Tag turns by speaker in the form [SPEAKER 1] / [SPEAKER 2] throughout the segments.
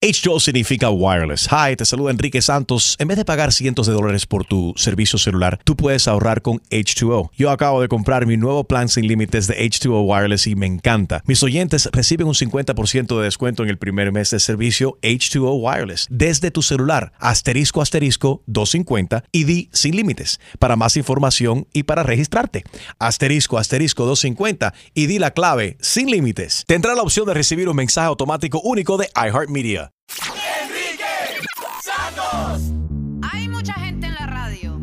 [SPEAKER 1] H2O significa wireless. Hi, te saluda Enrique Santos. En vez de pagar cientos de dólares por tu servicio celular, tú puedes ahorrar con H2O. Yo acabo de comprar mi nuevo plan sin límites de H2O Wireless y me encanta. Mis oyentes reciben un 50% de descuento en el primer mes de servicio H2O Wireless desde tu celular, asterisco asterisco 250 y di sin límites. Para más información y para registrarte, asterisco asterisco 250 y di la clave sin límites. Tendrá la opción de recibir un mensaje automático único de iHeartMedia.
[SPEAKER 2] Enrique Santos.
[SPEAKER 3] Hay mucha gente en la radio,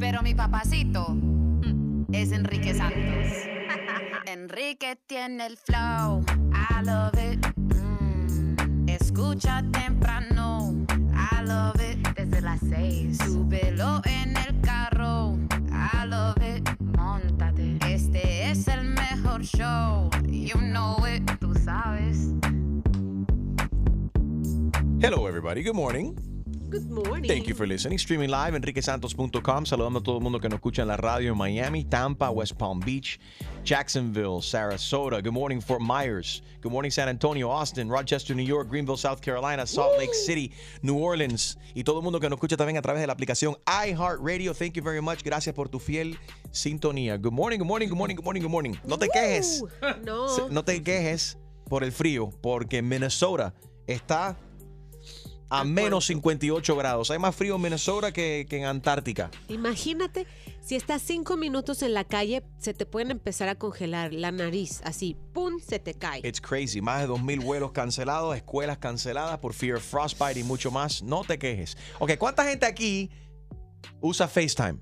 [SPEAKER 3] pero mi papacito mm, es Enrique Santos. Enrique tiene el flow, I love it. Mm, Escucha temprano, I love it. Desde las seis, súbelo en el carro, I love it. Montate, este es el mejor show, you know it, tú sabes.
[SPEAKER 1] Hello everybody, good morning.
[SPEAKER 4] Good morning.
[SPEAKER 1] Thank you for listening. Streaming live, enriquesantos.com. Saludando a todo el mundo que nos escucha en la radio en Miami, Tampa, West Palm Beach, Jacksonville, Sarasota. Good morning, Fort Myers. Good morning, San Antonio, Austin, Rochester, New York, Greenville, South Carolina, Salt Lake City, New Orleans. Y todo el mundo que nos escucha también a través de la aplicación iHeartRadio. Thank you very much. Gracias por tu fiel sintonía. Good morning, good morning, good morning, good morning, good morning. No te quejes.
[SPEAKER 4] No.
[SPEAKER 1] Se- No te quejes por el frío, porque Minnesota está a menos 58 grados. Hay más frío en Minnesota que, que en Antártica.
[SPEAKER 4] Imagínate, si estás cinco minutos en la calle, se te pueden empezar a congelar la nariz, así, ¡pum! se te cae.
[SPEAKER 1] It's crazy. Más de 2.000 vuelos cancelados, escuelas canceladas por fear of frostbite y mucho más. No te quejes. Ok, ¿cuánta gente aquí usa FaceTime?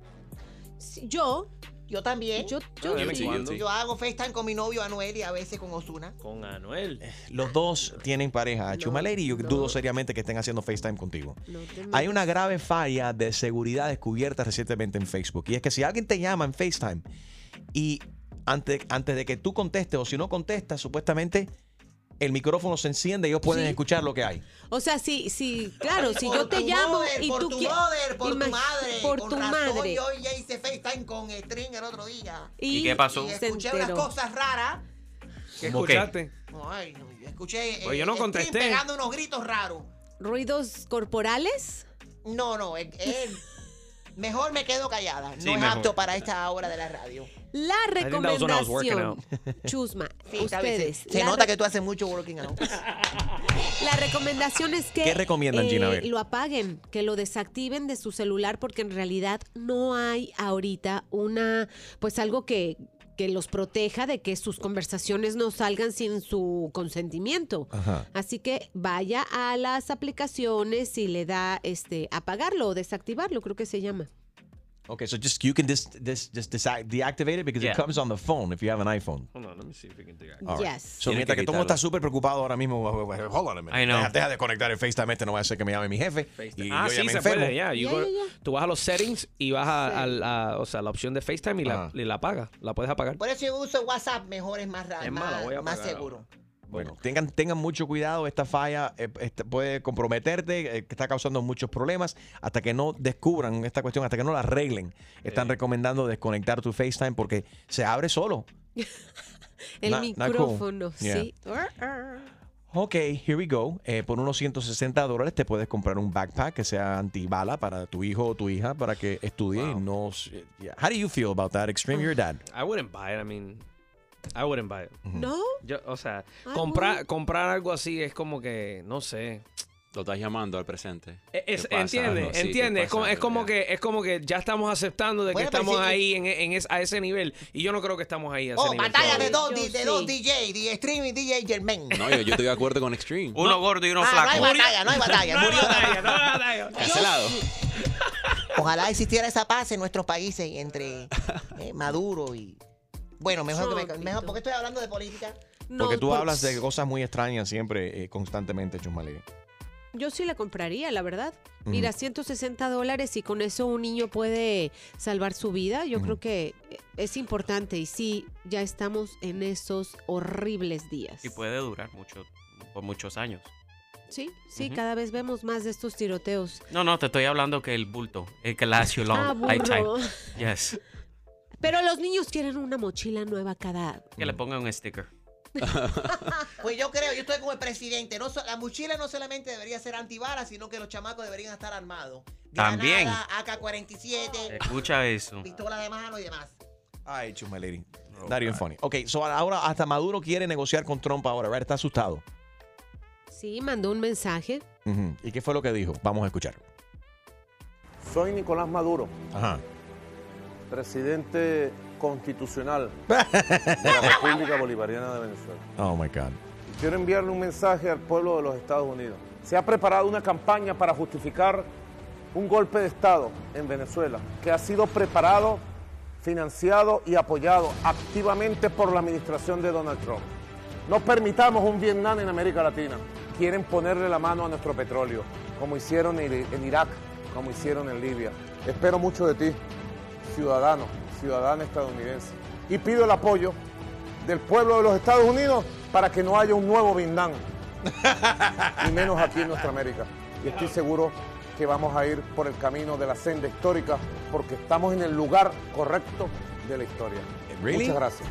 [SPEAKER 4] Si- Yo,
[SPEAKER 5] Yo también.
[SPEAKER 4] yo,
[SPEAKER 5] Yo,
[SPEAKER 4] yo,
[SPEAKER 6] Ah,
[SPEAKER 4] sí.
[SPEAKER 6] sí, yo sí.
[SPEAKER 5] hago FaceTime con mi novio Anuel y a veces con Osuna.
[SPEAKER 6] Con Anuel.
[SPEAKER 1] Eh, Los dos tienen pareja. Chumalady, yo
[SPEAKER 4] no.
[SPEAKER 1] dudo seriamente que estén haciendo FaceTime contigo.
[SPEAKER 4] No te
[SPEAKER 1] Hay
[SPEAKER 4] metas.
[SPEAKER 1] una grave falla de seguridad descubierta recientemente en Facebook. Y es que si alguien te llama en FaceTime y antes, antes de que tú contestes o si no contestas, supuestamente el micrófono se enciende y ellos pueden
[SPEAKER 4] Sí.
[SPEAKER 1] escuchar lo que hay.
[SPEAKER 4] O sea, sí, sí, claro, si
[SPEAKER 5] Por
[SPEAKER 4] yo te
[SPEAKER 5] tu
[SPEAKER 4] llamo
[SPEAKER 5] mother,
[SPEAKER 4] y
[SPEAKER 5] por
[SPEAKER 4] tú
[SPEAKER 5] tu
[SPEAKER 4] quie-
[SPEAKER 5] mother, por
[SPEAKER 4] Imag-
[SPEAKER 5] tu madre.
[SPEAKER 4] por
[SPEAKER 5] Con
[SPEAKER 4] tu
[SPEAKER 5] razón,
[SPEAKER 4] madre.
[SPEAKER 5] Yo ya hice FaceTime con String el otro día.
[SPEAKER 6] ¿Y qué pasó?
[SPEAKER 5] Y
[SPEAKER 4] se
[SPEAKER 5] escuché unas
[SPEAKER 4] enteró.
[SPEAKER 5] cosas raras.
[SPEAKER 6] ¿Qué
[SPEAKER 1] ¿Cómo
[SPEAKER 6] escuchaste?
[SPEAKER 5] Ay, no, yo escuché. eh,
[SPEAKER 6] Pues yo no
[SPEAKER 5] String
[SPEAKER 6] contesté.
[SPEAKER 5] pegando unos gritos raros.
[SPEAKER 4] ¿Ruidos corporales?
[SPEAKER 5] No, no, él. él- mejor me quedo callada. No
[SPEAKER 6] Sí,
[SPEAKER 5] es
[SPEAKER 6] mejor.
[SPEAKER 5] apto para esta hora de la radio.
[SPEAKER 4] La
[SPEAKER 6] I think that was when I was working
[SPEAKER 4] recomendación, Chusma,
[SPEAKER 5] Sí, sabes, se-
[SPEAKER 4] ustedes.
[SPEAKER 5] se
[SPEAKER 4] la
[SPEAKER 5] nota
[SPEAKER 4] re-
[SPEAKER 5] que tú haces mucho working out.
[SPEAKER 4] La recomendación es que eh,
[SPEAKER 1] ¿Qué recomiendan, Gina? A ver.
[SPEAKER 4] lo apaguen, que lo desactiven de su celular porque en realidad no hay ahorita una pues algo que que los proteja de que sus conversaciones no salgan sin su consentimiento.
[SPEAKER 1] Ajá.
[SPEAKER 4] Así que vaya a las aplicaciones y le da este apagarlo o desactivarlo, creo que se llama.
[SPEAKER 1] Okay, so just you can just just just desa- deactivate it because
[SPEAKER 6] Yeah.
[SPEAKER 1] it comes on the phone if you have an iPhone.
[SPEAKER 6] Hold on, let me see if we can take it.
[SPEAKER 1] All right.
[SPEAKER 4] Yes.
[SPEAKER 1] So,
[SPEAKER 6] Tiene
[SPEAKER 1] mientras
[SPEAKER 6] que
[SPEAKER 1] que todo el mundo
[SPEAKER 6] quitarlo.
[SPEAKER 1] está súper preocupado ahora mismo, hold on a minute.
[SPEAKER 6] I know.
[SPEAKER 1] Deja, deja de conectar el FaceTime, este no va a ser que me llame mi jefe. Y
[SPEAKER 6] Ah,
[SPEAKER 1] yo ya
[SPEAKER 6] sí,
[SPEAKER 1] me
[SPEAKER 6] se
[SPEAKER 1] enfermo.
[SPEAKER 6] puede. ya. You
[SPEAKER 4] Ya,
[SPEAKER 6] go-
[SPEAKER 4] ya, ya.
[SPEAKER 6] Tú vas a los settings y vas a,
[SPEAKER 4] Sí.
[SPEAKER 6] a la, o sea, la opción de FaceTime y la,
[SPEAKER 1] Ajá.
[SPEAKER 6] y la apagas. La puedes apagar.
[SPEAKER 5] Por eso yo uso WhatsApp mejor, es más raro.
[SPEAKER 6] Es más, la
[SPEAKER 5] más,
[SPEAKER 6] voy a
[SPEAKER 5] más
[SPEAKER 6] apagar
[SPEAKER 5] seguro.
[SPEAKER 1] Bueno, tengan, tengan mucho cuidado, esta falla eh, esta- puede comprometerte, eh, que está causando muchos problemas. Hasta que no descubran esta cuestión, hasta que no la arreglen, están recomendando desconectar tu FaceTime porque se abre solo.
[SPEAKER 4] El
[SPEAKER 1] Na- na cool.
[SPEAKER 4] micrófono,
[SPEAKER 1] Yeah.
[SPEAKER 4] sí.
[SPEAKER 1] Ok, here we go. Eh, por unos 160 dólares te puedes comprar un backpack que sea antibala para tu hijo o tu hija para que estudie y
[SPEAKER 6] Wow.
[SPEAKER 1] no... se- yeah. How do you feel about that, Extreme? Your dad.
[SPEAKER 6] I wouldn't buy it. I mean, I wouldn't buy it.
[SPEAKER 4] No,
[SPEAKER 6] Yo, o sea,
[SPEAKER 4] Ah,
[SPEAKER 6] comprar, comprar algo así es como que, no sé.
[SPEAKER 7] Lo estás llamando al presente. ¿Qué pasa?
[SPEAKER 6] Es,
[SPEAKER 7] Ah,
[SPEAKER 6] entiende,
[SPEAKER 7] No, sí, ¿qué
[SPEAKER 6] entiende. Es
[SPEAKER 7] pasa?
[SPEAKER 6] como, es como
[SPEAKER 7] Ya.
[SPEAKER 6] que es como que ya estamos aceptando de que
[SPEAKER 5] Bueno,
[SPEAKER 4] pues
[SPEAKER 5] pero
[SPEAKER 6] estamos
[SPEAKER 5] sí, y-
[SPEAKER 6] ahí en, e, en es- a ese nivel y yo no creo que estamos ahí a ese
[SPEAKER 5] Oh,
[SPEAKER 6] nivel.
[SPEAKER 5] batalla
[SPEAKER 6] todavía.
[SPEAKER 5] de dos,
[SPEAKER 4] Yo
[SPEAKER 5] di- de
[SPEAKER 4] sí.
[SPEAKER 5] dos DJ, DJ Stream y DJ Germain.
[SPEAKER 7] No, yo, yo estoy de acuerdo con Extreme.
[SPEAKER 6] Uno gordo y uno
[SPEAKER 5] Ah, no hay
[SPEAKER 6] flaco.
[SPEAKER 5] batalla, no hay batalla.
[SPEAKER 6] No hay
[SPEAKER 5] murió.
[SPEAKER 6] batalla, no hay batalla.
[SPEAKER 7] Cancelado.
[SPEAKER 5] Ojalá existiera esa paz en nuestros países y entre eh, Maduro y. Bueno, mejor que me.
[SPEAKER 4] Trumpito.
[SPEAKER 5] Mejor, porque estoy hablando de política.
[SPEAKER 4] no, pues,
[SPEAKER 1] Porque tú
[SPEAKER 4] por-
[SPEAKER 1] hablas de cosas muy extrañas siempre, eh, constantemente, Chumalí.
[SPEAKER 4] Yo sí la compraría, la verdad.
[SPEAKER 1] Ujú.
[SPEAKER 4] Mira, 160 dólares y con eso un niño puede salvar su vida. Yo creo que es importante y sí, ya estamos en esos horribles días.
[SPEAKER 8] Y puede durar mucho, por muchos años.
[SPEAKER 4] Sí, sí,
[SPEAKER 8] Ujú.
[SPEAKER 4] cada vez vemos más de estos tiroteos.
[SPEAKER 8] No, no, te estoy hablando que el bulto, el que lasts you long
[SPEAKER 4] Ah,
[SPEAKER 8] lifetime.
[SPEAKER 4] burro.
[SPEAKER 8] Yes.
[SPEAKER 4] Pero los niños quieren una mochila nueva cada...
[SPEAKER 6] Mm.
[SPEAKER 8] Que le pongan un sticker.
[SPEAKER 5] Pues yo creo, yo estoy como el presidente. No, so- la mochila no solamente debería ser antibalas, sino que los chamacos deberían estar armados.
[SPEAKER 6] También.
[SPEAKER 5] Granada, AK-47,
[SPEAKER 6] Escucha eso.
[SPEAKER 5] pistola de mano y demás.
[SPEAKER 1] Ay, chumaliri. Not even funny. Ok, so ahora hasta Maduro quiere negociar con Trump ahora, ¿verdad? Está asustado.
[SPEAKER 4] Sí, mandó un mensaje.
[SPEAKER 1] Ujú. ¿Y qué fue lo que dijo? Vamos a escuchar.
[SPEAKER 9] Soy Nicolás Maduro,
[SPEAKER 1] Ajá.
[SPEAKER 9] presidente constitucional de la República Bolivariana de Venezuela.
[SPEAKER 1] Oh my God.
[SPEAKER 9] Quiero enviarle un mensaje al pueblo de los Estados Unidos. Se ha preparado una campaña para justificar un golpe de Estado en Venezuela que ha sido preparado, financiado y apoyado activamente por la administración de Donald Trump. No permitamos un Vietnam en América Latina. Quieren ponerle la mano a nuestro petróleo, como hicieron en Ira- en Irak, como hicieron en Libia. Espero mucho de ti, ciudadano, ciudadana estadounidense. Y pido el apoyo del pueblo de los Estados Unidos para que no haya un nuevo Vietnam, y menos aquí en nuestra América. Y estoy seguro que vamos a ir por el camino de la senda histórica porque estamos en el lugar correcto de la historia.
[SPEAKER 1] Really?
[SPEAKER 9] Muchas gracias.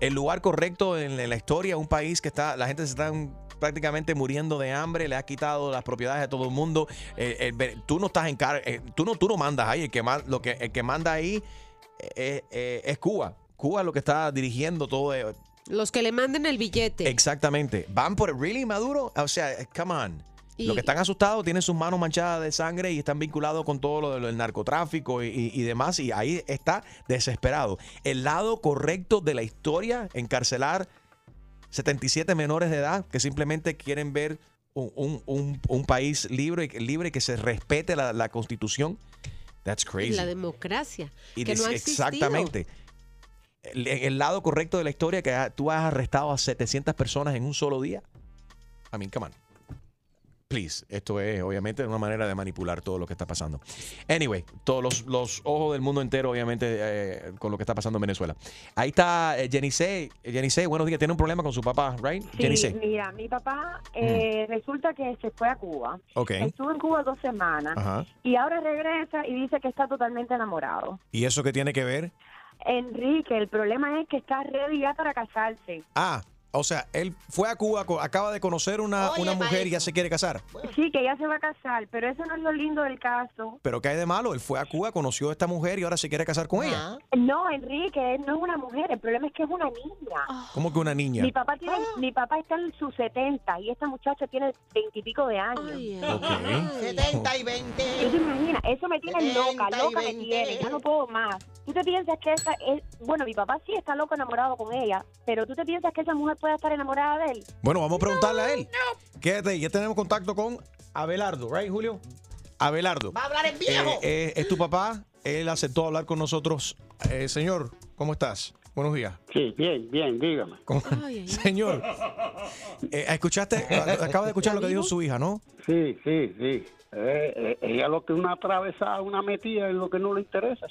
[SPEAKER 1] El lugar correcto en la historia, un país que está, la gente se está prácticamente muriendo de hambre, le ha quitado las propiedades a todo el mundo. Eh, el ve- tú no estás en car eh, tú no, tú no mandas ahí, el que, ma- lo que, el que manda ahí eh, eh, es Cuba. Cuba es lo que está dirigiendo todo. eh,
[SPEAKER 4] Los que le manden el billete.
[SPEAKER 1] Exactamente. ¿Van por really Maduro? O sea, eh, come on.
[SPEAKER 4] Y-
[SPEAKER 1] Los que están asustados tienen sus manos manchadas de sangre y están vinculados con todo lo del narcotráfico y, y- y demás. Y ahí está desesperado. El lado correcto de la historia, encarcelar 77 menores de edad que simplemente quieren ver un, un- un- un país libre, libre que se respete la, la constitución. That's
[SPEAKER 4] Y
[SPEAKER 1] crazy.
[SPEAKER 4] la democracia.
[SPEAKER 1] Y
[SPEAKER 4] que
[SPEAKER 1] des-
[SPEAKER 4] no ha existido.
[SPEAKER 1] exactamente. El, el lado correcto de la historia que ha- tú has arrestado a 700 personas en un solo día. I mean, come on. Please, esto es obviamente una manera de manipular todo lo que está pasando. Anyway, todos los, los ojos del mundo entero, obviamente, eh, con lo que está pasando en Venezuela. Ahí está eh, Jenice. Jenice, buenos días. Tiene un problema con su papá, ¿right?
[SPEAKER 10] Sí,
[SPEAKER 1] Jenice.
[SPEAKER 10] mira, mi papá eh, resulta que se fue a Cuba.
[SPEAKER 1] Ok.
[SPEAKER 10] Estuvo en Cuba dos semanas
[SPEAKER 1] Ajá.
[SPEAKER 10] y ahora regresa y dice que está totalmente enamorado.
[SPEAKER 1] ¿Y eso qué tiene que ver?
[SPEAKER 10] Enrique, el problema es que está ready ya para casarse.
[SPEAKER 1] Ah, o sea, él fue a Cuba, co- acaba de conocer una,
[SPEAKER 5] Oye,
[SPEAKER 1] una mujer y ya
[SPEAKER 5] maestro.
[SPEAKER 1] se quiere casar.
[SPEAKER 10] Sí, que ya se va a casar, pero eso no es lo lindo del caso.
[SPEAKER 1] Pero ¿qué hay de malo? Él fue a Cuba, conoció a esta mujer y ahora se quiere casar con ella.
[SPEAKER 5] Ah,
[SPEAKER 10] No, Enrique, no es una mujer, el problema es que es una niña.
[SPEAKER 1] ¿Cómo que una niña?
[SPEAKER 10] Mi papá tiene, mi papá está en sus 70 y esta muchacha tiene veintipico de años.
[SPEAKER 4] Ay, ay,
[SPEAKER 1] Ok.
[SPEAKER 4] ay.
[SPEAKER 5] 70 y
[SPEAKER 10] ¿Tú te
[SPEAKER 5] 20.
[SPEAKER 10] imaginas? Eso me tiene
[SPEAKER 5] 70
[SPEAKER 10] loca,
[SPEAKER 5] y
[SPEAKER 10] loca me
[SPEAKER 5] 20.
[SPEAKER 10] tiene, ya no puedo más. ¿Tú te piensas que esa es... Bueno, mi papá sí está loco enamorado con ella, pero ¿tú te piensas que esa mujer puede estar enamorada de él?
[SPEAKER 1] Bueno, vamos a preguntarle a él. Quédate, ahí, ya tenemos contacto con Abelardo, ¿right, Julio? Abelardo.
[SPEAKER 5] Va a hablar el viejo.
[SPEAKER 1] Eh, eh, es tu papá, él aceptó hablar con nosotros. Eh, señor, ¿cómo estás? Buenos días.
[SPEAKER 11] Sí, bien, bien, dígame.
[SPEAKER 1] ¿Cómo-
[SPEAKER 4] Ay, ay,
[SPEAKER 1] Señor, eh, escuchaste, acabas de escuchar lo que dijo su hija, ¿no?
[SPEAKER 11] Sí, sí, sí. Eh, eh, ella lo que una atravesada, una metida en lo que no le interesa.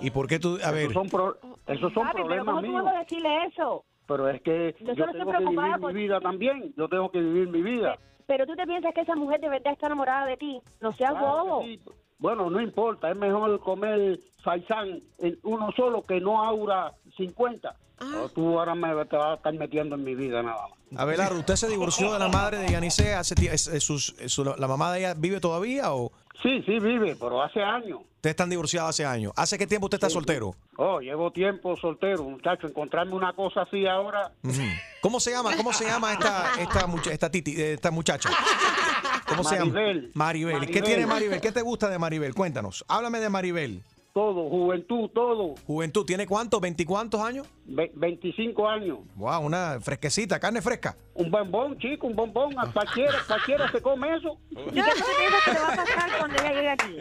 [SPEAKER 1] ¿Y por qué tú, a ver,
[SPEAKER 11] Esos son, pro- esos son
[SPEAKER 10] Papi, pero
[SPEAKER 11] problemas
[SPEAKER 10] ¿cómo tú
[SPEAKER 11] míos.
[SPEAKER 10] vas a decirle eso?
[SPEAKER 11] Pero es que yo
[SPEAKER 10] Yo solo estoy
[SPEAKER 11] tengo que vivir
[SPEAKER 10] preocupada
[SPEAKER 11] mi
[SPEAKER 10] por-
[SPEAKER 11] vida también. Yo tengo que vivir mi vida.
[SPEAKER 10] Pero ¿tú te piensas que esa mujer de verdad está enamorada de ti? No seas
[SPEAKER 11] Claro que
[SPEAKER 10] bobo.
[SPEAKER 11] sí. Bueno, no importa. Es mejor comer faisán en uno solo que no aura 50.
[SPEAKER 4] Ah.
[SPEAKER 11] Pero Tú ahora me te vas a estar metiendo en mi vida nada más.
[SPEAKER 1] Abelardo, usted se divorció de la madre de Yanice hace tie- es- es sus- es su- ¿La mamá de ella vive todavía o
[SPEAKER 11] Sí, sí, vive, pero hace años.
[SPEAKER 1] ustedes están divorciados hace años? ¿Hace qué tiempo usted está soltero?
[SPEAKER 11] Oh, llevo tiempo soltero, muchacho. Encontrarme una cosa así ahora.
[SPEAKER 1] Ujú. ¿Cómo se llama? ¿Cómo se llama esta esta mucha- esta titi- eh, esta muchacha? ¿Cómo se llama?
[SPEAKER 11] Maribel.
[SPEAKER 1] Maribel. ¿Y ¿Qué
[SPEAKER 11] Maribel.
[SPEAKER 1] tiene Maribel? ¿Qué te gusta de Maribel? Cuéntanos. Háblame de Maribel.
[SPEAKER 11] Todo, juventud, todo.
[SPEAKER 1] Juventud, ¿tiene cuántos? ¿Veinticuántos años?
[SPEAKER 11] Ve- 25 años.
[SPEAKER 1] Wow, una fresquecita, carne fresca.
[SPEAKER 11] Un bombón, chico, un bombón. A cualquiera, cualquiera se come eso.
[SPEAKER 10] ¿Y qué tú te piensas que te va a pasar cuando ella llegue aquí?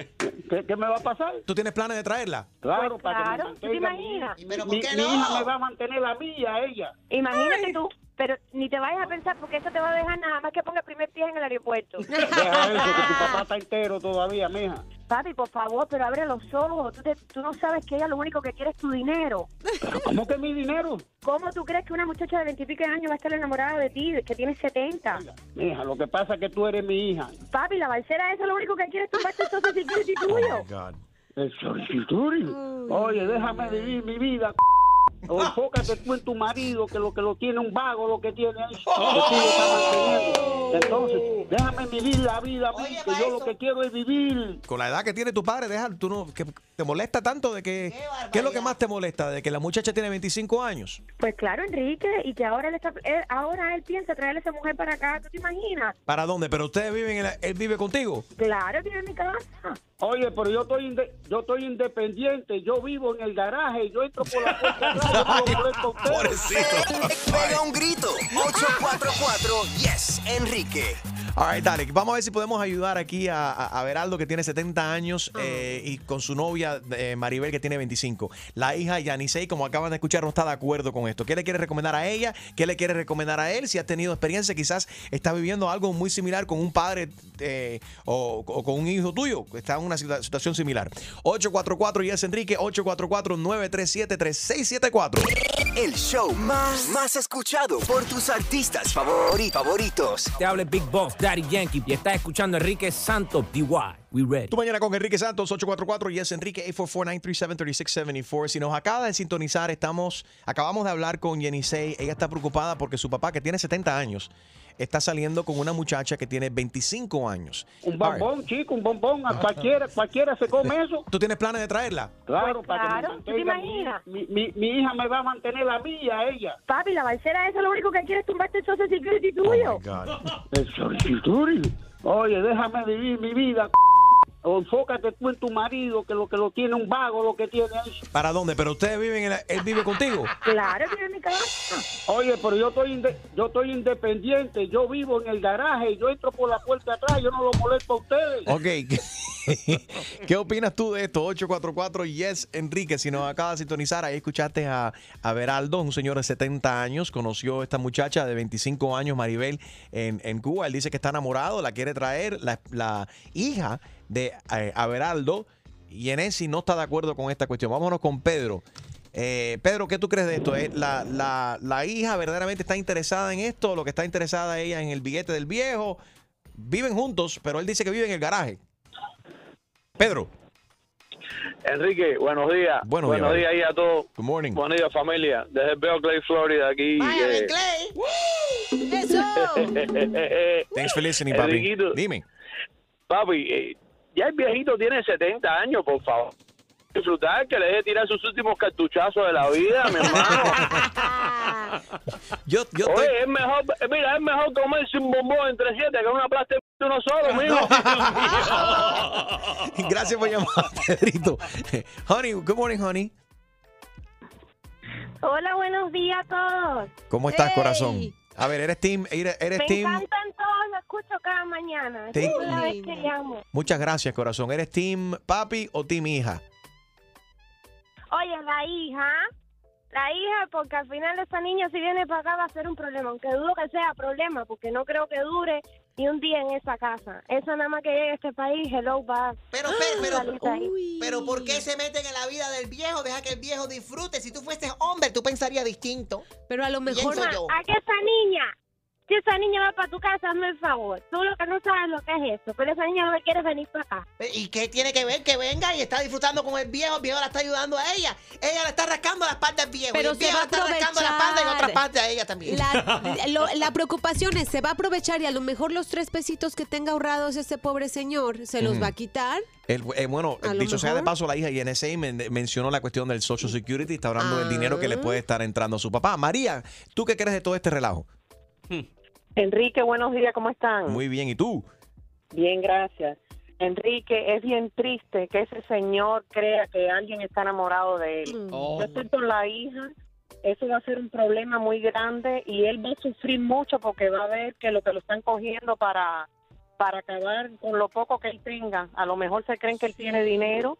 [SPEAKER 11] ¿Qué, qué me va a pasar?
[SPEAKER 1] ¿Tú tienes planes de traerla?
[SPEAKER 11] Claro, para que me
[SPEAKER 10] Claro, ¿tú te
[SPEAKER 11] mantenga. mi-
[SPEAKER 10] imaginas?
[SPEAKER 5] ¿Y pero
[SPEAKER 11] Mi,
[SPEAKER 5] por qué
[SPEAKER 11] mi hija me
[SPEAKER 5] no?
[SPEAKER 11] va a mantener a mí y a ella.
[SPEAKER 10] Imagínate tú. Pero ni te vayas a pensar porque eso te va a dejar nada más que ponga el primer pie en el aeropuerto.
[SPEAKER 11] Deja eso, que tu papá está entero todavía, mija.
[SPEAKER 10] Papi, por favor, pero abre los ojos. Tú, te- tú no sabes que ella lo único que quiere es tu dinero.
[SPEAKER 11] ¿Pero cómo que mi dinero?
[SPEAKER 10] ¿Cómo tú crees que una muchacha de 20 y pico de años va a estar enamorada de ti, que tiene 70?
[SPEAKER 11] Mija, lo que pasa es que tú eres mi hija.
[SPEAKER 10] Papi, la balsera esa lo único que quiere es tumbarte el social security tuyo.
[SPEAKER 11] El solicitud. Oye, déjame vivir mi vida. c******.
[SPEAKER 10] Ah.
[SPEAKER 11] O enfócate tú en tu marido, que lo que lo tiene un vago, lo que tiene ahí.
[SPEAKER 12] Oh.
[SPEAKER 11] que tú lo estás manteniendo. Entonces, déjame vivir la vida, a mí, que yo lo que quiero es vivir.
[SPEAKER 1] Con la edad que tiene tu padre, deja, tú no, que te molesta tanto de que... Qué, es lo que más te molesta? ¿De que la muchacha tiene 25 años?
[SPEAKER 10] Pues claro, Enrique, y que ahora él, está, él- ahora él piensa traer a esa mujer para acá, ¿tú te imaginas?
[SPEAKER 1] ¿Para dónde? ¿Pero ustedes viven en la- él vive contigo?
[SPEAKER 10] Claro, tiene mi casa.
[SPEAKER 11] Oye, pero yo estoy inde- yo estoy independiente, yo vivo en el garaje, yo entro por la puerta atrás, yo no molesto a ustedes.
[SPEAKER 13] Pega un grito. 844 Yes, Enrique.
[SPEAKER 1] All right, dale, vamos a ver si podemos ayudar aquí a, a, a Beraldo, que tiene 70 años, eh, y con su novia eh, Maribel, que tiene 25. La hija Yanisei, como acaban de escuchar, no está de acuerdo con esto. ¿Qué le quiere recomendar a ella? ¿Qué le quiere recomendar a él? Si ha tenido experiencia, quizás está viviendo algo muy similar con un padre eh, o, o con un hijo tuyo. Está en una situa- situación similar. 844 Yes Enrique, 844-937-3674.
[SPEAKER 13] El show más, más escuchado por tus artistas favori- favoritos.
[SPEAKER 6] Te habla el Big Boss, Daddy Yankee, y estás escuchando a Enrique Santos, DY. We ready.
[SPEAKER 1] Tu mañana con Enrique Santos, 844 y es Enrique 844-937-3674. Si nos acaba de sintonizar, estamos, acabamos de hablar con Yenisei. Ella está preocupada porque su papá, que tiene 70 años, está saliendo con una muchacha que tiene 25 años.
[SPEAKER 11] Un bombón, chico, un bombón, a cualquiera, cualquiera se come eso.
[SPEAKER 1] ¿Tú tienes planes de traerla?
[SPEAKER 11] Claro,
[SPEAKER 10] Pues
[SPEAKER 11] para
[SPEAKER 10] claro, ¿tú
[SPEAKER 11] que
[SPEAKER 10] te
[SPEAKER 11] me mantenga.
[SPEAKER 10] imaginas?
[SPEAKER 11] Mi, mi- mi hija me va a mantener la mía, a ella.
[SPEAKER 10] Papi, la balsera esa lo único que quiere es tumbarte el social security tuyo.
[SPEAKER 11] El solitudio. Oye, déjame vivir mi vida, c******. O enfócate tú en tu marido, que lo que lo tiene un vago, lo que tiene ahí.
[SPEAKER 1] ¿Para dónde? ¿Pero ustedes viven en la- él vive contigo?
[SPEAKER 11] Claro, tiene mi casa. Oye, pero yo estoy inde- yo estoy independiente, yo vivo en el garaje, yo entro por la puerta atrás, yo no lo molesto a ustedes.
[SPEAKER 1] Ok. ¿qué- ¿Qué opinas tú de esto? 844 Yes Enrique. Si nos acaba de sintonizar, ahí escuchaste a, a Beraldo, un señor de 70 años. Conoció a esta muchacha de 25 años, Maribel, en, en Cuba. Él dice que está enamorado, la quiere traer. La, la hija de eh, a Beraldo, Yenesi, no está de acuerdo con esta cuestión. Vámonos con Pedro. Eh, Pedro, ¿qué tú crees de esto? ¿Eh, La, la- la hija verdaderamente está interesada en esto? ¿Lo que está interesada ella en el billete del viejo? Viven juntos, pero él dice que vive en el garaje. Pedro.
[SPEAKER 14] Enrique, buenos días.
[SPEAKER 1] Buenos días,
[SPEAKER 14] días,
[SPEAKER 1] Barry.
[SPEAKER 14] ahí a todos.
[SPEAKER 1] Good morning.
[SPEAKER 14] Buenos días, familia. Desde Berkeley, Florida, aquí. eh,
[SPEAKER 1] Thanks for listening, papi.
[SPEAKER 14] Enriquito.
[SPEAKER 1] Dime.
[SPEAKER 14] Papi, eh, ya el viejito tiene 70 años, por favor. Disfrutar, que le deje tirar sus últimos cartuchazos de la vida, mi hermano.
[SPEAKER 1] yo, yo
[SPEAKER 14] Oye, es mejor, eh, mira, es mejor comerse un bombón entre siete que una plástica de uno solo, mijo.
[SPEAKER 1] Gracias por llamar, Pedrito. Honey, good morning, honey.
[SPEAKER 10] Hola, buenos días a todos.
[SPEAKER 1] ¿Cómo estás, corazón? A ver, eres team, eres, eres
[SPEAKER 10] Me
[SPEAKER 1] team.
[SPEAKER 10] encantan todos, los escucho cada mañana.
[SPEAKER 1] Te-
[SPEAKER 10] Es la vez que llamo.
[SPEAKER 1] Muchas gracias, corazón. ¿Eres team papi o team hija?
[SPEAKER 10] Oye, la hija, la hija, porque al final esa niña si viene para acá va a ser un problema, aunque dudo que sea problema, porque no creo que dure ni un día en esa casa. Esa nada más que llegue a este país, hello, va.
[SPEAKER 5] Pero, pero, pero, pero ¿por qué se meten en la vida del viejo? Deja que el viejo disfrute. Si tú fueses hombre, tú pensarías distinto.
[SPEAKER 4] Pero a lo mejor-
[SPEAKER 5] yo.
[SPEAKER 10] a Ah, que esa niña, si esa niña va para tu casa, hazme el favor. Tú lo que no sabes lo que es eso, pero esa niña no quiere venir para acá.
[SPEAKER 5] ¿Y qué tiene que ver? Que venga y está disfrutando con el viejo. El viejo la está ayudando a ella. Ella le está rascando la espalda al viejo. y
[SPEAKER 4] Pero
[SPEAKER 5] el
[SPEAKER 4] se
[SPEAKER 5] viejo
[SPEAKER 4] va a
[SPEAKER 5] le está rascando la
[SPEAKER 4] aprovechar.
[SPEAKER 5] espalda en otra parte a ella también.
[SPEAKER 4] La, lo- la preocupación es, se va a aprovechar y a lo mejor los tres pesitos que tenga ahorrados ese pobre señor se los
[SPEAKER 1] Ujú.
[SPEAKER 4] va a quitar.
[SPEAKER 1] El- eh, bueno,
[SPEAKER 4] A lo
[SPEAKER 1] dicho sea de
[SPEAKER 4] mejor.
[SPEAKER 1] paso, la hija INSI men- mencionó la cuestión del Social Security. Está hablando del dinero
[SPEAKER 4] Ah.
[SPEAKER 1] que le puede estar entrando a su papá. María, ¿tú qué crees de todo este relajo?
[SPEAKER 15] Enrique, buenos días, ¿cómo están?
[SPEAKER 1] Muy bien, ¿y tú?
[SPEAKER 15] Bien, gracias. Enrique, es bien triste que ese señor crea que alguien está enamorado de
[SPEAKER 16] Mm.
[SPEAKER 15] él.
[SPEAKER 12] Oh.
[SPEAKER 15] Yo estoy con la hija, eso va a ser un problema muy grande y él va a sufrir mucho porque va a ver que lo que lo están cogiendo para, para acabar con lo poco que él tenga. A lo mejor se creen que él tiene dinero,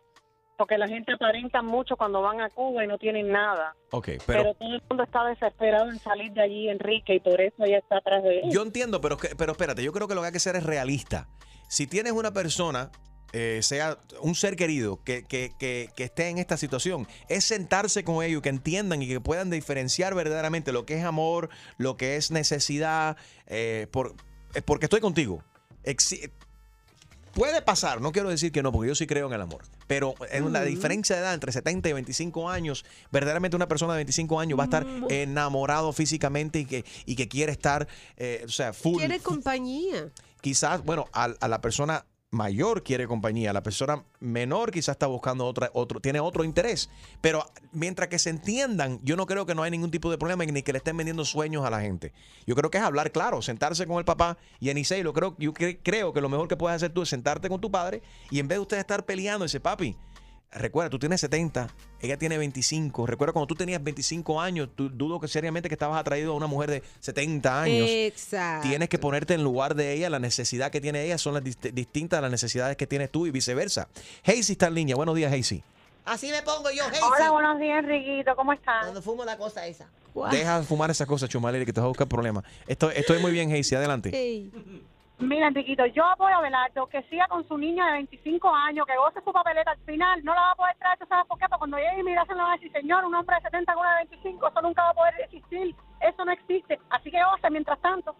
[SPEAKER 15] porque la gente aparenta mucho cuando van a Cuba y no tienen nada.
[SPEAKER 1] Ok,
[SPEAKER 15] Pero,
[SPEAKER 1] pero,
[SPEAKER 15] todo el mundo está desesperado en salir de allí, Enrique, y por eso ella está atrás
[SPEAKER 17] Pues,
[SPEAKER 15] de él.
[SPEAKER 1] yo entiendo, pero, que- pero espérate, yo creo que lo que hay que ser es realista. Si tienes una persona, eh, sea un ser querido, que, que- que- que esté en esta situación, es sentarse con ellos, que entiendan y que puedan diferenciar verdaderamente lo que es amor, lo que es necesidad, eh, por, eh, porque estoy contigo. Exi- Puede pasar, no quiero decir que no, porque yo sí creo en el amor. Pero en una diferencia de edad entre 70 y 25 años, verdaderamente una persona de 25 años va a estar enamorado físicamente y que, y que quiere estar, eh, o sea, full.
[SPEAKER 4] Quiere compañía.
[SPEAKER 1] Quizás, bueno, a, a la persona mayor quiere compañía, la persona menor quizás está buscando otra, otro, tiene otro interés. Pero mientras que se entiendan, yo no creo que no hay ningún tipo de problema ni que le estén vendiendo sueños a la gente. Yo creo que es hablar claro, sentarse con el papá y Anisei, lo creo, yo cre- creo que lo mejor que puedes hacer tú es sentarte con tu padre y en vez de ustedes estar peleando, dice, papi, recuerda, tú tienes 70, ella tiene 25. Recuerda cuando tú tenías 25 años, tú dudo que seriamente que estabas atraído a una mujer de 70 años.
[SPEAKER 4] Exacto.
[SPEAKER 1] Tienes que ponerte en lugar de ella. La necesidad que tiene ella son las dist- distintas a las necesidades que tienes tú y viceversa. Hazy está en línea. Buenos días, Hazy.
[SPEAKER 5] Así me pongo yo, Hazy.
[SPEAKER 17] Hola, buenos días, Riquito. ¿Cómo estás?
[SPEAKER 5] Cuando fumo la cosa esa.
[SPEAKER 1] Deja de fumar esas cosas, Chumaleri, que te vas a buscar problemas. Estoy, estoy muy bien, Hazy. Adelante.
[SPEAKER 17] Mira, Enriquito, yo apoyo a Belardo que siga con su niña de 25 años, que goce su papeleta al final. No la va a poder traer, ¿tú ¿sabes por qué? Porque cuando llegue inmigración le va a decir, señor, un hombre de 70 con una de 25, eso nunca va a poder existir. Eso no existe. Así que goce mientras tanto.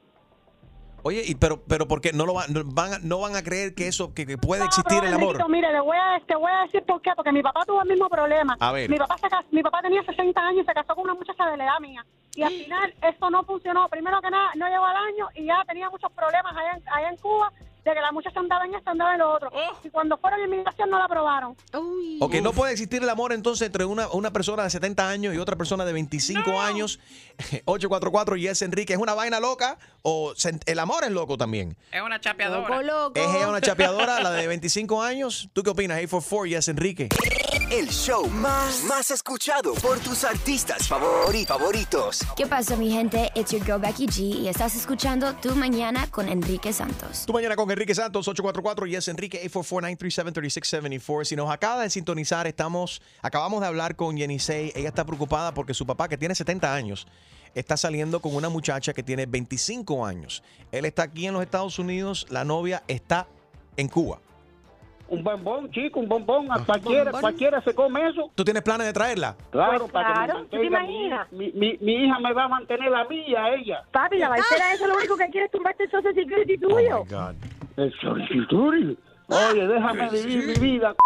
[SPEAKER 1] Oye, y, pero, pero ¿por qué no, lo va- no van, a- no van a creer que eso que, que puede
[SPEAKER 17] No,
[SPEAKER 1] existir
[SPEAKER 17] pero,
[SPEAKER 1] el amor?
[SPEAKER 17] Enriquito, mire, le voy a, te voy a decir por qué, porque mi papá tuvo el mismo problema.
[SPEAKER 1] A ver.
[SPEAKER 17] Mi papá, se cas- mi papá tenía 60 años y se casó con una muchacha de la edad mía. Y al final eso no funcionó. Primero que nada, no llegó al año y ya tenía muchos problemas allá en, allá en Cuba de que la muchacha andaba en esto, andaba en lo otro.
[SPEAKER 1] Oh.
[SPEAKER 17] Y cuando fueron a inmigración no la aprobaron.
[SPEAKER 1] Ok, no puede existir el amor entonces entre una, una persona de 70 años y otra persona de 25 años. 844 y es Enrique. ¿Es una vaina loca o se- el amor es loco también?
[SPEAKER 8] Es una chapeadora.
[SPEAKER 1] ¿Es ella una chapeadora, la de 25 años? ¿Tú qué opinas? 844 y es Enrique.
[SPEAKER 13] El show más, más escuchado por tus artistas favori- favoritos.
[SPEAKER 16] ¿Qué pasa, mi gente? It's your girl Becky G y estás escuchando Tu Mañana con Enrique Santos.
[SPEAKER 1] Tu mañana con Enrique Santos, 844 y es Enrique 844-937-3674. Si nos acaba de sintonizar, estamos, acabamos de hablar con Yenisei. Ella está preocupada porque su papá, que tiene 70 años, está saliendo con una muchacha que tiene 25 años. Él está aquí en los Estados Unidos, la novia está en Cuba.
[SPEAKER 15] Un bombón, chico, un bombón. A cualquiera,
[SPEAKER 1] Bombón.
[SPEAKER 15] cualquiera se come eso.
[SPEAKER 1] ¿Tú tienes planes de traerla?
[SPEAKER 15] Claro, para
[SPEAKER 1] claro,
[SPEAKER 15] que me
[SPEAKER 17] Pues ¿tú te
[SPEAKER 15] mantenga mi-
[SPEAKER 17] imaginas?
[SPEAKER 15] Mi, mi- mi hija me va a mantener la mía, ella.
[SPEAKER 17] Papi, la baltera esa lo único que quiere es tumbarte el social security tuyo.
[SPEAKER 15] El solicitud. Oye, déjame
[SPEAKER 17] Sí,
[SPEAKER 15] vivir mi vida. c******.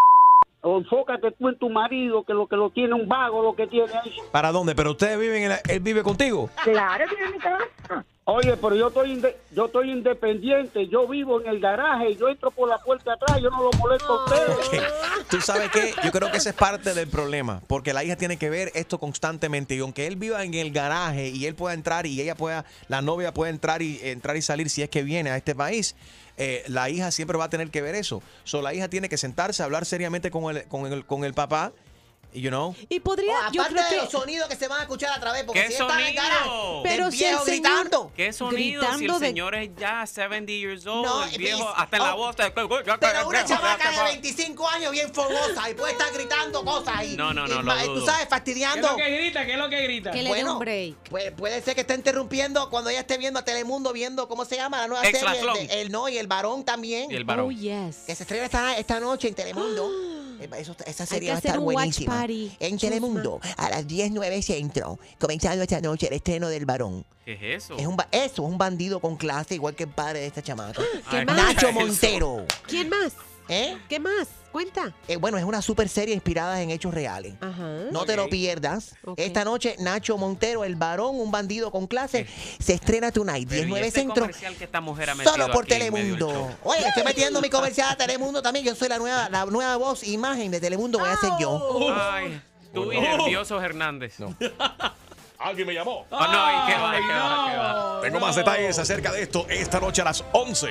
[SPEAKER 15] O enfócate tú en tu marido, que lo que lo tiene un vago, lo que tiene ahí.
[SPEAKER 1] ¿Para dónde? ¿Pero ustedes viven en la- él vive contigo?
[SPEAKER 15] Claro, Oye, pero yo estoy inde- yo estoy independiente, yo vivo en el garaje, yo entro por la puerta de atrás, yo no lo molesto a ustedes.
[SPEAKER 1] Tú sabes qué, yo creo que ese es parte del problema, porque la hija tiene que ver esto constantemente y aunque él viva en el garaje y él pueda entrar y ella pueda, la novia pueda entrar y entrar y salir si es que viene a este país, eh, la hija siempre va a tener que ver eso. So, la hija tiene que sentarse, a hablar seriamente con el, con el, con el papá, you know.
[SPEAKER 4] Y podría,
[SPEAKER 5] aparte
[SPEAKER 4] yo creo
[SPEAKER 5] de
[SPEAKER 4] que-
[SPEAKER 5] los sonidos que se van a escuchar a través, porque
[SPEAKER 8] ¿Qué
[SPEAKER 5] si él está en el
[SPEAKER 8] sonido?
[SPEAKER 5] garaje,
[SPEAKER 8] Pero
[SPEAKER 5] del
[SPEAKER 8] si
[SPEAKER 5] viejo
[SPEAKER 8] el señor-
[SPEAKER 5] gritando.
[SPEAKER 8] ¿Qué sonido? si el señor es ya 70 years old,
[SPEAKER 5] No,
[SPEAKER 8] el viejo,
[SPEAKER 5] please.
[SPEAKER 8] hasta en la
[SPEAKER 5] Oh,
[SPEAKER 8] voz. te-
[SPEAKER 5] Pero una chamaca de 25 años bien fogosa y puede estar gritando cosas ahí.
[SPEAKER 8] No, no, no,
[SPEAKER 5] Y
[SPEAKER 8] lo
[SPEAKER 5] ma- Tú
[SPEAKER 8] dudo.
[SPEAKER 5] sabes,
[SPEAKER 6] ¿Qué
[SPEAKER 5] fastidiando.
[SPEAKER 6] es lo que grita? ¿Qué es lo que grita?
[SPEAKER 5] Bueno, Puede, puede ser que esté interrumpiendo cuando ella esté viendo a Telemundo, viendo cómo se llama la nueva
[SPEAKER 6] Ex
[SPEAKER 5] serie.
[SPEAKER 6] Laclón.
[SPEAKER 5] de- el no y el varón también.
[SPEAKER 6] Y el varón. Oh,
[SPEAKER 4] yes.
[SPEAKER 5] Que se estrena esta, esta noche en Telemundo. Eh, Eso, esa serie
[SPEAKER 4] que
[SPEAKER 5] va a
[SPEAKER 4] hacer
[SPEAKER 5] estar
[SPEAKER 4] un watch
[SPEAKER 5] buenísima.
[SPEAKER 4] party.
[SPEAKER 5] En Telemundo, a las 19 centro, comenzando esta noche el estreno del varón.
[SPEAKER 8] ¿Qué es eso?
[SPEAKER 5] Es un, ba- eso, es un bandido con clase, igual que el padre de esta chamaca.
[SPEAKER 8] ¿Qué más?
[SPEAKER 5] Nacho
[SPEAKER 8] Eso.
[SPEAKER 5] Montero.
[SPEAKER 4] ¿Quién más?
[SPEAKER 5] ¿Eh?
[SPEAKER 4] ¿Qué más? Cuenta.
[SPEAKER 5] Eh, bueno, es una super serie inspirada en hechos reales.
[SPEAKER 4] Ajá.
[SPEAKER 5] No te lo pierdas.
[SPEAKER 4] Ok.
[SPEAKER 5] Esta noche, Nacho Montero, el varón, un bandido con clase, se estrena tonight,
[SPEAKER 8] Pero, ¿y
[SPEAKER 5] 19
[SPEAKER 8] este
[SPEAKER 5] Centro,
[SPEAKER 8] comercial que esta mujer ha metido
[SPEAKER 5] solo por
[SPEAKER 8] aquí en medio del
[SPEAKER 5] Telemundo.
[SPEAKER 8] show?
[SPEAKER 5] Oye, estoy metiendo mi comercial a Telemundo también. Yo soy la nueva, la nueva voz, imagen de Telemundo, voy a ser yo.
[SPEAKER 8] Ay, tú y
[SPEAKER 5] Oh.
[SPEAKER 8] nervioso Hernández.
[SPEAKER 1] Alguien me llamó.
[SPEAKER 8] Oh, no, ¿y qué va? ¿Qué va? ¿Qué va?
[SPEAKER 11] Tengo más detalles acerca de esto esta noche a las 11.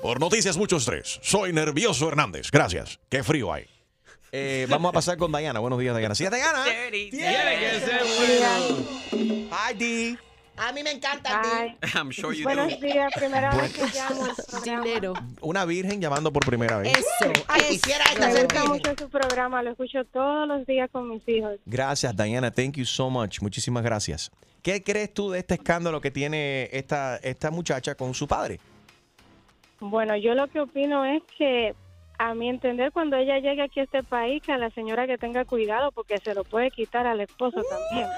[SPEAKER 11] Por noticias mucho estrés. Soy nervioso Hernández. Gracias. Qué frío hay.
[SPEAKER 1] Eh, vamos a pasar con Dayana. Buenos días, Dayana. Sí, Dayana.
[SPEAKER 5] Tiene que ser
[SPEAKER 1] bueno. Hi, Di.
[SPEAKER 5] A mí me encanta, Di.
[SPEAKER 8] I'm sure you
[SPEAKER 5] Buenos
[SPEAKER 8] do.
[SPEAKER 5] días, primera
[SPEAKER 1] vez
[SPEAKER 5] que llamo al
[SPEAKER 4] Dinero.
[SPEAKER 1] Una virgen llamando por primera vez.
[SPEAKER 5] Ay, quisiera esta
[SPEAKER 10] Me
[SPEAKER 5] ser
[SPEAKER 10] gusta
[SPEAKER 5] virgen.
[SPEAKER 10] mucho su programa, lo escucho todos los días con mis hijos.
[SPEAKER 1] Gracias, Diana. Thank you so much. Muchísimas gracias. ¿Qué crees tú de este escándalo que tiene esta, esta muchacha con su padre?
[SPEAKER 10] Bueno, yo lo que opino es que, a mi entender, cuando ella llegue aquí a este país, que a la señora que tenga cuidado, porque se lo puede quitar al esposo también.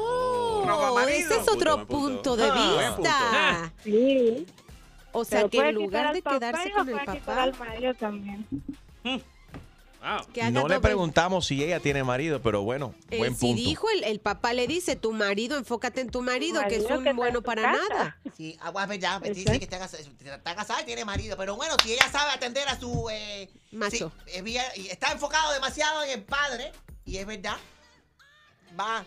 [SPEAKER 4] Oh, ese es otro punto, de
[SPEAKER 10] Ah, buen
[SPEAKER 4] vista.
[SPEAKER 10] Sí.
[SPEAKER 4] O sea,
[SPEAKER 10] Pero
[SPEAKER 4] que
[SPEAKER 10] puede quitar
[SPEAKER 4] en lugar
[SPEAKER 10] al
[SPEAKER 4] de
[SPEAKER 10] papá
[SPEAKER 4] quedarse
[SPEAKER 10] y
[SPEAKER 4] con
[SPEAKER 10] lo
[SPEAKER 4] el
[SPEAKER 10] puede quitar
[SPEAKER 4] papá,
[SPEAKER 10] al marido también.
[SPEAKER 4] que haga
[SPEAKER 1] No le
[SPEAKER 4] doble-
[SPEAKER 1] preguntamos si ella tiene marido, pero bueno,
[SPEAKER 4] Eh,
[SPEAKER 1] buen
[SPEAKER 4] si
[SPEAKER 1] punto.
[SPEAKER 4] dijo el, el papá le dice, tu marido, enfócate en tu marido, que es
[SPEAKER 5] Marido
[SPEAKER 4] un
[SPEAKER 5] que está
[SPEAKER 4] bueno
[SPEAKER 5] en tu
[SPEAKER 4] para
[SPEAKER 5] casa.
[SPEAKER 4] nada.
[SPEAKER 5] Sí, aguas, ¿verdad? Pues Dice que está casada, está casada y tiene marido. Pero bueno, si ella sabe atender a su. eh,
[SPEAKER 4] Macho.
[SPEAKER 5] sí, eh, vía- y está enfocado demasiado en el padre, y es verdad, va,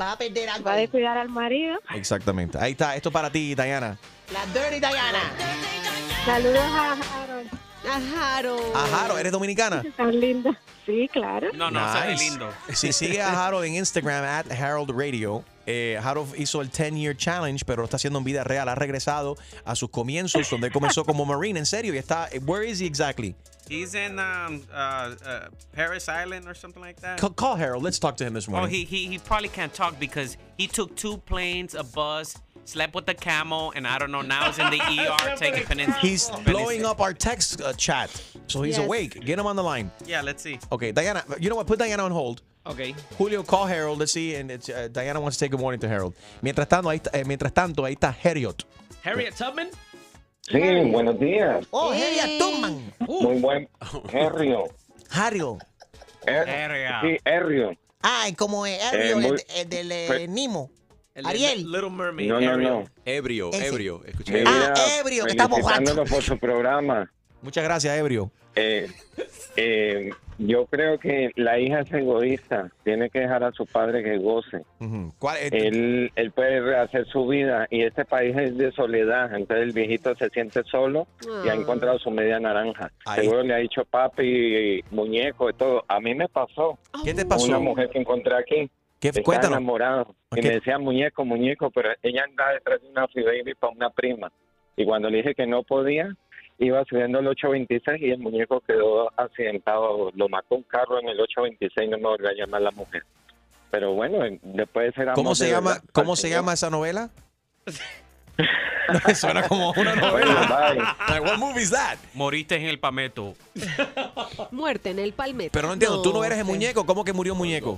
[SPEAKER 5] va a perder algo.
[SPEAKER 10] Va a
[SPEAKER 5] ahí.
[SPEAKER 10] descuidar al marido.
[SPEAKER 1] Exactamente. Ahí está, esto para ti, Diana.
[SPEAKER 5] La Dirty Diana.
[SPEAKER 10] Saludos a Harold.
[SPEAKER 4] A Harold.
[SPEAKER 1] A Harold, ¿eres dominicana?
[SPEAKER 10] Tan linda. Sí, claro.
[SPEAKER 1] No, no,
[SPEAKER 10] se
[SPEAKER 1] se
[SPEAKER 10] ve
[SPEAKER 1] ve Si sigue a Harold en Instagram, at Harold Radio, eh, Harold hizo el 10-year challenge, pero lo está haciendo en vida real. Ha regresado a sus comienzos, donde comenzó como Marine, en serio. Y está, where is he exactly?
[SPEAKER 8] He's in um, uh, uh, Paris Island or something like that.
[SPEAKER 1] Ca- call Harold, let's talk to him this
[SPEAKER 8] Oh,
[SPEAKER 1] morning.
[SPEAKER 8] he, he he probably can't talk because he took two planes, a bus, slept with a camel, and I don't know. Now he's in the ER taking penicillin.
[SPEAKER 1] He's blowing up our text uh, chat, so he's
[SPEAKER 8] Yes.
[SPEAKER 1] awake. Get him on the line.
[SPEAKER 8] Yeah, let's see.
[SPEAKER 1] Okay, Diana, you know what? Put Diana on hold.
[SPEAKER 8] Okay.
[SPEAKER 1] Julio, call Harold. Let's see. And it's, uh, Diana wants to say good morning to Harold. Mientras tanto, ahí está, eh, mientras tanto, ahí está Harriet.
[SPEAKER 6] Harriet Tubman.
[SPEAKER 18] Sí,
[SPEAKER 15] Eh.
[SPEAKER 18] buenos días.
[SPEAKER 5] Oh,
[SPEAKER 1] Harriet Tubman.
[SPEAKER 18] Muy buen. Herrio.
[SPEAKER 1] Harriet.
[SPEAKER 18] Er-
[SPEAKER 5] Herria.
[SPEAKER 18] Sí, Herrio.
[SPEAKER 5] Ay, como eh, Ariel,
[SPEAKER 18] muy-
[SPEAKER 5] el, el del eh,
[SPEAKER 18] Pe-
[SPEAKER 5] Nimo.
[SPEAKER 18] El-
[SPEAKER 5] Ariel.
[SPEAKER 6] Little Mermaid.
[SPEAKER 18] No, no, no.
[SPEAKER 19] Ebrio,
[SPEAKER 5] Ese.
[SPEAKER 19] ebrio. Escuché.
[SPEAKER 18] Mira,
[SPEAKER 5] Ah, ebrio, que está borracho.
[SPEAKER 18] felicitándolo por su programa.
[SPEAKER 1] Muchas gracias, Ebrio.
[SPEAKER 18] Eh, eh, yo creo que la hija es egoísta. Tiene que dejar a su padre que goce.
[SPEAKER 1] ¿Cuál Eh, es?
[SPEAKER 18] Él, él puede rehacer su vida y este país es de soledad. Entonces el viejito se siente solo y ha
[SPEAKER 1] Ah.
[SPEAKER 18] encontrado su media naranja. Seguro le ha dicho papi, muñeco y todo. A mí me pasó.
[SPEAKER 1] ¿Qué te pasó?
[SPEAKER 18] Una mujer que encontré aquí.
[SPEAKER 1] ¿Qué?
[SPEAKER 18] Está
[SPEAKER 1] Cuéntanos.
[SPEAKER 18] enamorado. Y me decía muñeco, muñeco, pero ella andaba detrás de una baby para una prima. Y cuando le dije que no podía, iba subiendo el 826 y el muñeco quedó accidentado. Lo mató un carro en el 826 y no me volvió a llamar la mujer. Pero bueno, después de ser amor
[SPEAKER 1] ¿Cómo se
[SPEAKER 18] de
[SPEAKER 1] llama?
[SPEAKER 18] verdad,
[SPEAKER 1] ¿Cómo
[SPEAKER 18] al
[SPEAKER 1] se
[SPEAKER 18] señor.
[SPEAKER 1] llama esa novela? Suena como una
[SPEAKER 18] novela.
[SPEAKER 1] like, what movie is that?
[SPEAKER 8] Moriste en el pameto.
[SPEAKER 4] Muerte en el palmeto.
[SPEAKER 1] Pero no entiendo, tú no eres el
[SPEAKER 4] hombre.
[SPEAKER 1] muñeco, ¿cómo que murió muñeco?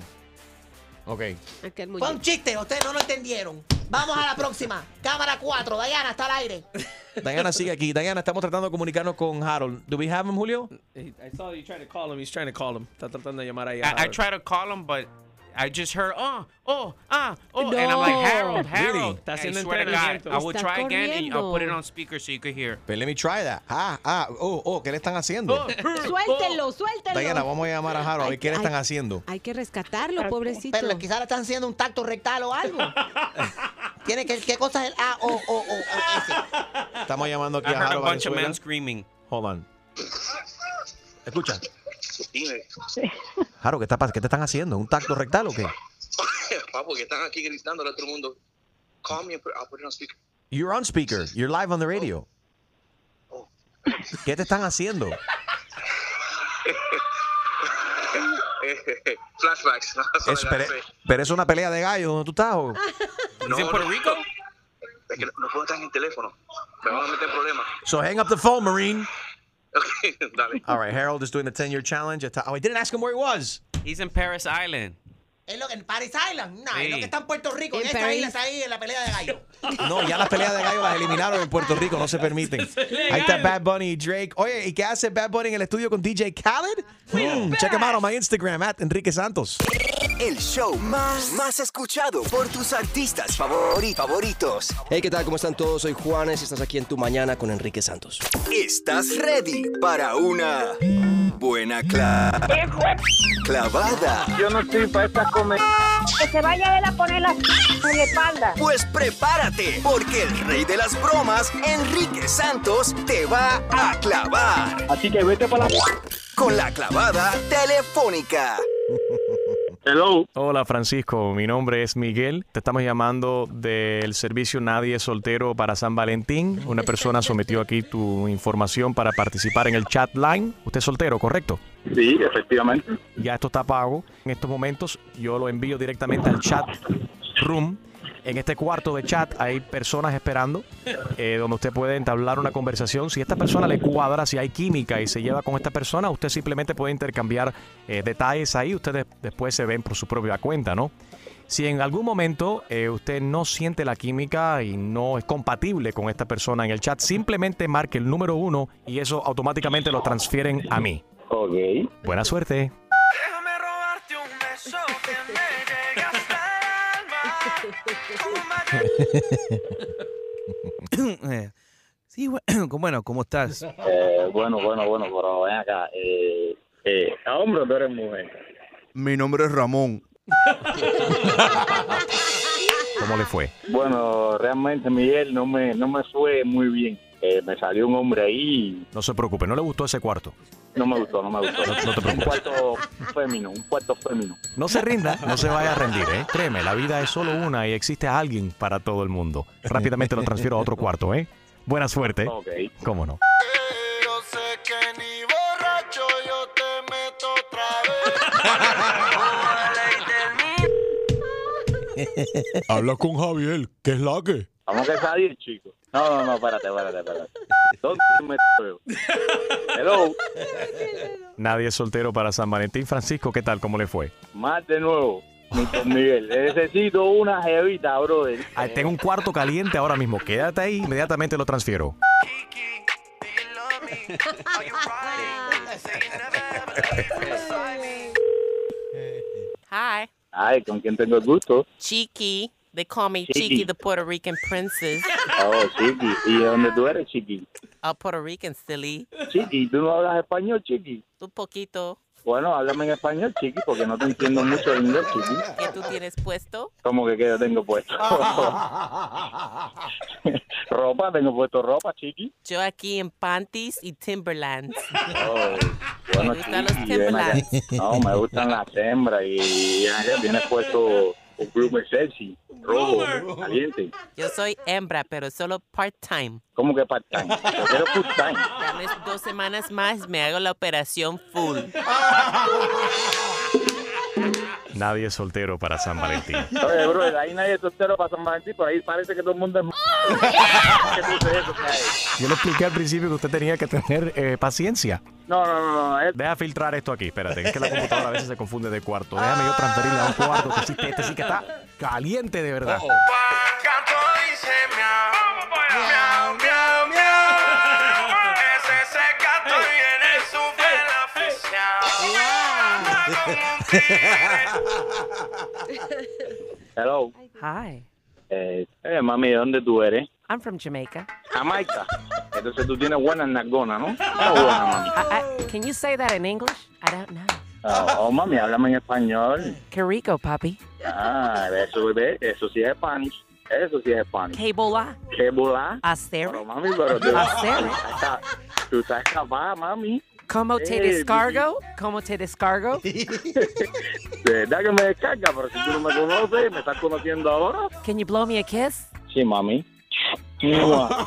[SPEAKER 1] Ok.
[SPEAKER 4] Aquel
[SPEAKER 5] Fue
[SPEAKER 4] muñeco.
[SPEAKER 5] un chiste, ustedes no lo entendieron. Vamos a la próxima. Cámara 4, Diana, está al aire.
[SPEAKER 1] Diana sigue aquí. Diana, estamos tratando de comunicarnos con Harold. ¿Do we have him, Julio?
[SPEAKER 6] I I saw you trying to call him. He's trying to call him. Está tratando de llamar ahí. a
[SPEAKER 8] I, I
[SPEAKER 6] Harold.
[SPEAKER 8] try to call him, but I just heard, oh, oh, ah, oh, and I'm like,
[SPEAKER 6] No.
[SPEAKER 8] Harold,
[SPEAKER 6] Really?
[SPEAKER 8] Harold.
[SPEAKER 6] Está
[SPEAKER 8] I
[SPEAKER 6] haciendo
[SPEAKER 8] swear to God,
[SPEAKER 6] entrenamiento.
[SPEAKER 8] I will
[SPEAKER 6] Está
[SPEAKER 8] try again, and I'll put it
[SPEAKER 6] corriendo.
[SPEAKER 8] on speaker so you could hear.
[SPEAKER 1] But Pues, let me try that. Ah, ah, oh, oh, ¿qué le están haciendo?
[SPEAKER 4] Suéltelo, suéltelo.
[SPEAKER 1] Diana, vamos a llamar a Harold a ver qué le
[SPEAKER 4] Ay,
[SPEAKER 1] están
[SPEAKER 4] ay.
[SPEAKER 1] haciendo.
[SPEAKER 4] Hay que rescatarlo, pobrecito.
[SPEAKER 5] Pero quizás le están haciendo un tacto rectal o algo. Tiene que, ¿qué cosa es el A, O, O, O, O, S?
[SPEAKER 1] Estamos llamando aquí
[SPEAKER 8] I
[SPEAKER 1] a
[SPEAKER 8] heard a
[SPEAKER 1] Harold
[SPEAKER 8] bunch of men
[SPEAKER 1] Valenzuela.
[SPEAKER 8] screaming.
[SPEAKER 1] Hold on. Escucha.
[SPEAKER 14] Dime,
[SPEAKER 1] Harold, ¿qué, está pas- ¿qué te están haciendo? ¿Un tacto rectal o qué?
[SPEAKER 14] papo, que están aquí gritando al otro mundo. Call me, ah, pues and put- I'll put it on speaker.
[SPEAKER 1] You're on speaker. You're live on the radio. ¿Qué te están haciendo?
[SPEAKER 14] Flashbacks. No, that's all I
[SPEAKER 1] Es,
[SPEAKER 14] gotta
[SPEAKER 1] pero,
[SPEAKER 14] say.
[SPEAKER 1] pero es una pelea de gallo donde tú estás. o?
[SPEAKER 14] No, no, Es que no, no puedo estar en el teléfono. Me van a meter en problemas.
[SPEAKER 1] So hang up the phone, Marine.
[SPEAKER 14] Ok, dale.
[SPEAKER 1] All right, Harold is doing the 10 year challenge. Está- Oh, I didn't ask him where he was.
[SPEAKER 8] He's in Paris Island.
[SPEAKER 5] Es lo que en Paris Island. No, es
[SPEAKER 1] Sí.
[SPEAKER 5] lo que está en Puerto Rico. En
[SPEAKER 4] En
[SPEAKER 5] esta
[SPEAKER 4] París.
[SPEAKER 5] isla está ahí en la pelea de gallo.
[SPEAKER 1] No, ya las peleas de gallo las eliminaron en Puerto Rico, no se permiten. Ahí está Bad Bunny y Drake. Oye, ¿y qué hace Bad Bunny en el estudio con DJ Khaled? Mm, check him out on my Instagram, at Enrique Santos.
[SPEAKER 13] El show más, más escuchado por tus artistas favori- favoritos.
[SPEAKER 20] Hey, ¿qué tal? ¿Cómo están todos? Soy Juanes y estás aquí en Tu Mañana con Enrique Santos.
[SPEAKER 13] ¿Estás ready para una buena cla- clavada? Yo no estoy para esta comer.
[SPEAKER 10] Que se vaya a él a poner la en la espalda.
[SPEAKER 13] Pues prepárate, porque el rey de las bromas, Enrique Santos, te va a clavar. Así que vete para la... Con la clavada telefónica.
[SPEAKER 21] Hello. Hola Francisco, mi nombre es Miguel. Te estamos llamando del servicio Nadie Soltero para San Valentín. Una persona sometió aquí tu información para participar en el chat line. Usted es soltero, ¿correcto?
[SPEAKER 22] Sí, efectivamente.
[SPEAKER 21] Ya esto está pago. En estos momentos yo lo envío directamente al chat room. En este cuarto de chat hay personas esperando eh, donde usted puede entablar una conversación. Si esta persona le cuadra, si hay química y se lleva con esta persona, usted simplemente puede intercambiar eh, detalles ahí. Ustedes después se ven por su propia cuenta, ¿no?
[SPEAKER 1] Si en algún momento eh, usted no siente la química y no es compatible con esta persona en el chat, simplemente marque el número uno y eso automáticamente lo transfieren a mí.
[SPEAKER 14] Ok.
[SPEAKER 1] Buena suerte.
[SPEAKER 6] sí, bueno, bueno, ¿cómo estás?
[SPEAKER 14] Eh, bueno, bueno, bueno, pero ven acá. Eh, eh, ¿A hombre o tú eres mujer?
[SPEAKER 6] Mi nombre es Ramón.
[SPEAKER 1] ¿Cómo le fue?
[SPEAKER 14] Bueno, realmente Miguel no me, no me fue muy bien. Eh, me salió un hombre ahí.
[SPEAKER 1] No se preocupe, no le gustó ese cuarto.
[SPEAKER 14] No me gustó, no me gustó.
[SPEAKER 1] no te preocupes.
[SPEAKER 14] un cuarto fémino, un cuarto fémino.
[SPEAKER 1] No se rinda, no se vaya a rendir, ¿eh? Créeme, la vida es solo una y existe alguien para todo el mundo. Rápidamente lo transfiero a otro cuarto, ¿eh? Buena suerte.
[SPEAKER 14] Ok.
[SPEAKER 1] ¿Cómo no?
[SPEAKER 23] Habla con Javier, que es la que.
[SPEAKER 14] Vamos que salir, chico. No, no, no, espérate, espérate, espérate. ¿Dónde me veo? Hello.
[SPEAKER 1] Nadie es soltero para San Valentín. Francisco, ¿qué tal? ¿Cómo le fue?
[SPEAKER 14] Más de nuevo, Mr. Miguel. Necesito una jevita, brother.
[SPEAKER 1] Ah, tengo un cuarto caliente ahora mismo. Quédate ahí, inmediatamente lo transfiero.
[SPEAKER 24] Hi,
[SPEAKER 14] Ay, ¿con quién tengo el gusto?
[SPEAKER 24] Chiqui. They call me
[SPEAKER 14] Chiqui.
[SPEAKER 24] Chiqui, the Puerto Rican princess.
[SPEAKER 14] Oh, Chiqui. ¿Y de dónde tú eres, Chiqui?
[SPEAKER 24] A Puerto Rican, silly.
[SPEAKER 14] Chiqui, ¿tú no hablas español, Chiqui?
[SPEAKER 24] Un poquito.
[SPEAKER 14] Bueno, háblame en español, Chiqui, porque no te entiendo mucho el inglés, Chiqui.
[SPEAKER 24] ¿Qué tú tienes puesto?
[SPEAKER 14] ¿Cómo que qué yo tengo puesto? ropa, tengo puesto ropa, Chiqui.
[SPEAKER 24] Yo aquí en panties y Timberlands.
[SPEAKER 14] Oh, bueno,
[SPEAKER 24] Me gustan los
[SPEAKER 14] Chiqui, ven acá.
[SPEAKER 24] Timberlands.
[SPEAKER 14] No, me gustan las hembras y ven acá, tienes puesto un groomer sexy, rojo, caliente.
[SPEAKER 24] Yo soy hembra, pero solo part-time.
[SPEAKER 14] ¿Cómo que part-time? Yo quiero full-time.
[SPEAKER 24] Dame dos semanas más, me hago la operación full.
[SPEAKER 1] Nadie es soltero para San Valentín.
[SPEAKER 14] Oye, bro, ahí nadie es soltero para San Valentín, por ahí parece que todo el mundo es... m- ¿Qué tú dices eso, cae?
[SPEAKER 1] Yo le expliqué al principio que usted tenía que tener eh, paciencia.
[SPEAKER 14] No, no, no, no.
[SPEAKER 1] Deja filtrar esto aquí, espérate. Es que la computadora a veces se confunde de cuarto. Déjame yo transferirle a un cuarto que sí, que este sí que está caliente de verdad.
[SPEAKER 14] Hello.
[SPEAKER 25] Hi,
[SPEAKER 14] Eh, eh, mami, ¿de dónde tú eres?
[SPEAKER 25] I'm from Jamaica.
[SPEAKER 14] Jamaica. Entonces tú tienes buena nalgona, ¿no? Está buena, mami.
[SPEAKER 25] I, I, can you say that in English? I don't know.
[SPEAKER 14] Ah, Oh, mami, háblame en español.
[SPEAKER 25] Qué rico, papi.
[SPEAKER 14] Ah, eso, bebé, eso sí es Spanish. Eso sí es Spanish.
[SPEAKER 25] Hey, bola.
[SPEAKER 14] ¿Qué bola?
[SPEAKER 25] Hacer.
[SPEAKER 14] Pero, mami, pero tú,
[SPEAKER 25] Hacer.
[SPEAKER 14] tú estás ca- tú estás capaz, mami.
[SPEAKER 25] ¿Cómo te
[SPEAKER 14] Eh,
[SPEAKER 25] descargo? ¿Cómo te descargo?
[SPEAKER 14] De verdad que me descarga, pero si tú no me conoces, me estás conociendo ahora.
[SPEAKER 25] Can you blow me a kiss?
[SPEAKER 14] Sí, mami. Mua.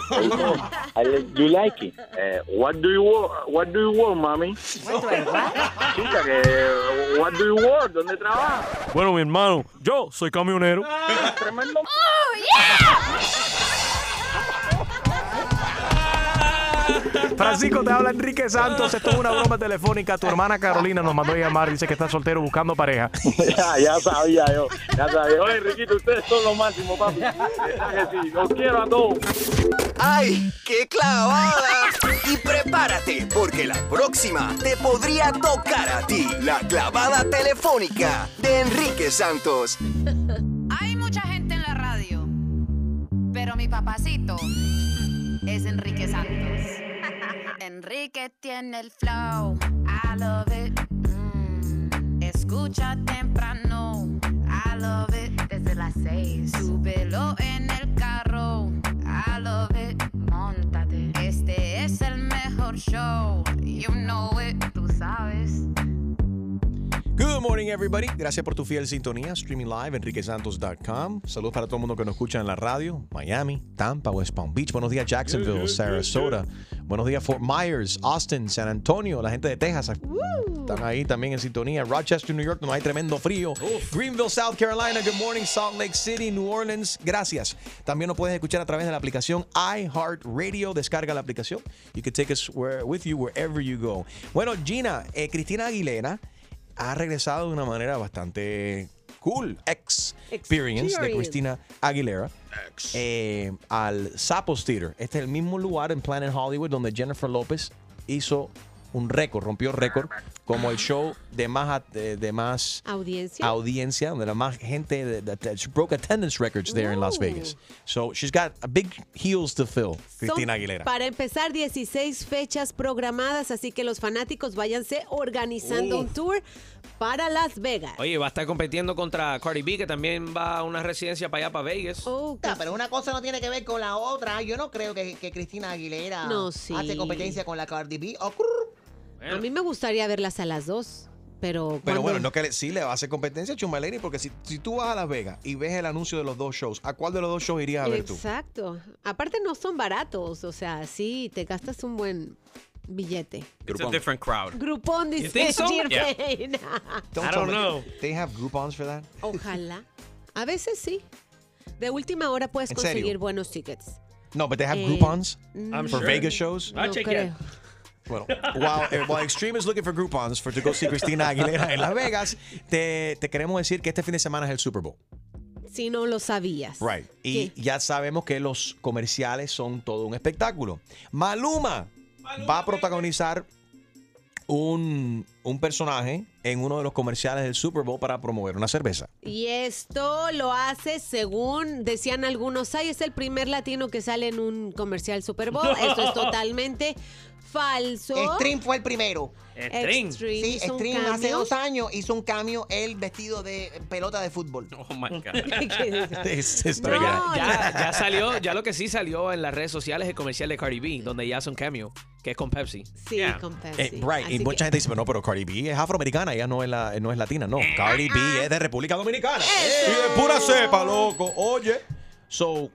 [SPEAKER 14] I like- you like it. Eh, what do you want? What do you want, mami? Chica, que what do you want? ¿Dónde trabajas?
[SPEAKER 26] Bueno, mi hermano, yo soy camionero.
[SPEAKER 25] Ah.
[SPEAKER 14] Tremendo.
[SPEAKER 25] Oh,
[SPEAKER 1] Francisco, te habla Enrique Santos. Esto es una broma telefónica. Tu hermana Carolina nos mandó a llamar. Dice que está soltero buscando pareja.
[SPEAKER 14] ya, ya sabía yo, ya sabía. Oye, Riquito, ustedes son lo máximo, papi. De verdad que sí, los quiero a todos.
[SPEAKER 13] ¡Ay, qué clavada! Y prepárate, porque la próxima te podría tocar a ti la clavada telefónica de Enrique Santos.
[SPEAKER 3] Hay mucha gente en la radio, pero mi papacito es Enrique Santos. Enrique tiene el flow, I love it. Mm. Escucha temprano, I love it. Desde las seis, súbelo en el carro, I love it. Móntate, este es el mejor show, you know it. Tú sabes.
[SPEAKER 27] Good morning, everybody. Gracias por tu fiel sintonía. Streaming live, enriquesantos.com. Saludos para todo el mundo que nos escucha en la radio. Miami, Tampa, West Palm Beach. Buenos días, Jacksonville, Sarasota. Buenos días, Fort Myers, Austin, San Antonio. La gente de Texas están ahí también en sintonía. Rochester, New York, donde hay tremendo frío. Greenville, South Carolina. Good morning, Salt Lake City, New Orleans. Gracias. También nos puedes escuchar a través de la aplicación iHeartRadio. Descarga la aplicación. You can take us where- with you wherever you go. Bueno, Gina, eh, Cristina Aguilera ha regresado de una manera bastante
[SPEAKER 11] Cool Experience, de
[SPEAKER 1] Experience.
[SPEAKER 11] Cristina Aguilera eh, al Sapos Theater. Este es el mismo lugar en Planet Hollywood donde Jennifer López hizo un récord, rompió récord como el show de más at- de, de más
[SPEAKER 4] Audiencia.
[SPEAKER 11] audiencia, donde la más gente de- de- de- she broke attendance records there in Las Vegas. So she's got a big heels to fill, Cristina
[SPEAKER 4] Son,
[SPEAKER 11] Aguilera.
[SPEAKER 4] Para empezar, 16 fechas programadas, así que los fanáticos váyanse organizando un tour para Las Vegas.
[SPEAKER 6] Oye, va a estar compitiendo contra Cardi B, que también va a una residencia para allá, para Vegas.
[SPEAKER 25] Oh,
[SPEAKER 5] Ah, pero una cosa no tiene que ver con la otra. Yo no creo que, que Cristina Aguilera
[SPEAKER 4] No, sí.
[SPEAKER 5] hace competencia con la Cardi B. O-
[SPEAKER 4] A mí me gustaría verlas a las dos, pero
[SPEAKER 1] Pero
[SPEAKER 4] cuando-
[SPEAKER 1] bueno, no que le- sí le va a hacer competencia a Chumaleni, porque si, si tú vas a Las Vegas y ves el anuncio de los dos shows, ¿a cuál de los dos shows irías a ver tú?
[SPEAKER 4] Exacto. Aparte no son baratos, o sea, sí, te gastas un buen billete.
[SPEAKER 8] It's a different crowd.
[SPEAKER 4] Grupón
[SPEAKER 8] You
[SPEAKER 4] dice
[SPEAKER 8] think so?
[SPEAKER 4] Dear
[SPEAKER 8] Yeah.
[SPEAKER 4] Pain.
[SPEAKER 8] I don't know.
[SPEAKER 1] They have Groupons for that?
[SPEAKER 4] Ojalá. A veces sí. De última hora puedes
[SPEAKER 1] ¿En serio?
[SPEAKER 4] conseguir buenos tickets.
[SPEAKER 1] No, but they have
[SPEAKER 4] Eh,
[SPEAKER 1] Groupons
[SPEAKER 4] I'm
[SPEAKER 1] for
[SPEAKER 4] sure.
[SPEAKER 1] Vegas shows.
[SPEAKER 4] No creo.
[SPEAKER 1] Bueno, while, eh, while Extreme is looking for Groupons for to go see Cristina Aguilera en Las Vegas, te, te queremos decir que este fin de semana es el Super Bowl.
[SPEAKER 4] Si no lo sabías.
[SPEAKER 1] Right. Y ya sabemos que los comerciales son todo un espectáculo. Maluma, va a protagonizar un, un personaje en uno de los comerciales del Super Bowl para promover una cerveza.
[SPEAKER 4] Y esto lo hace según decían algunos, ay, es el primer latino que sale en un comercial Super Bowl. Esto es totalmente falso.
[SPEAKER 5] Extreme fue el primero.
[SPEAKER 4] Extreme. Extreme
[SPEAKER 5] Sí,
[SPEAKER 4] hizo un
[SPEAKER 5] Extreme hace
[SPEAKER 4] cambio.
[SPEAKER 5] dos años hizo un cambio él vestido de pelota de fútbol.
[SPEAKER 8] Oh my God.
[SPEAKER 1] Es
[SPEAKER 6] Pero ya, ya- ya salió, ya lo que sí salió en las redes sociales es el comercial de Cardi B, donde ya son cameo, que es con Pepsi.
[SPEAKER 4] Sí, con Pepsi.
[SPEAKER 1] Eh, right. Y mucha gente dice, pero no, pero Cardi B es afroamericana, ella no es, la, no es latina. No, Cardi B es de República Dominicana. Y de pura cepa, loco. Oye. So,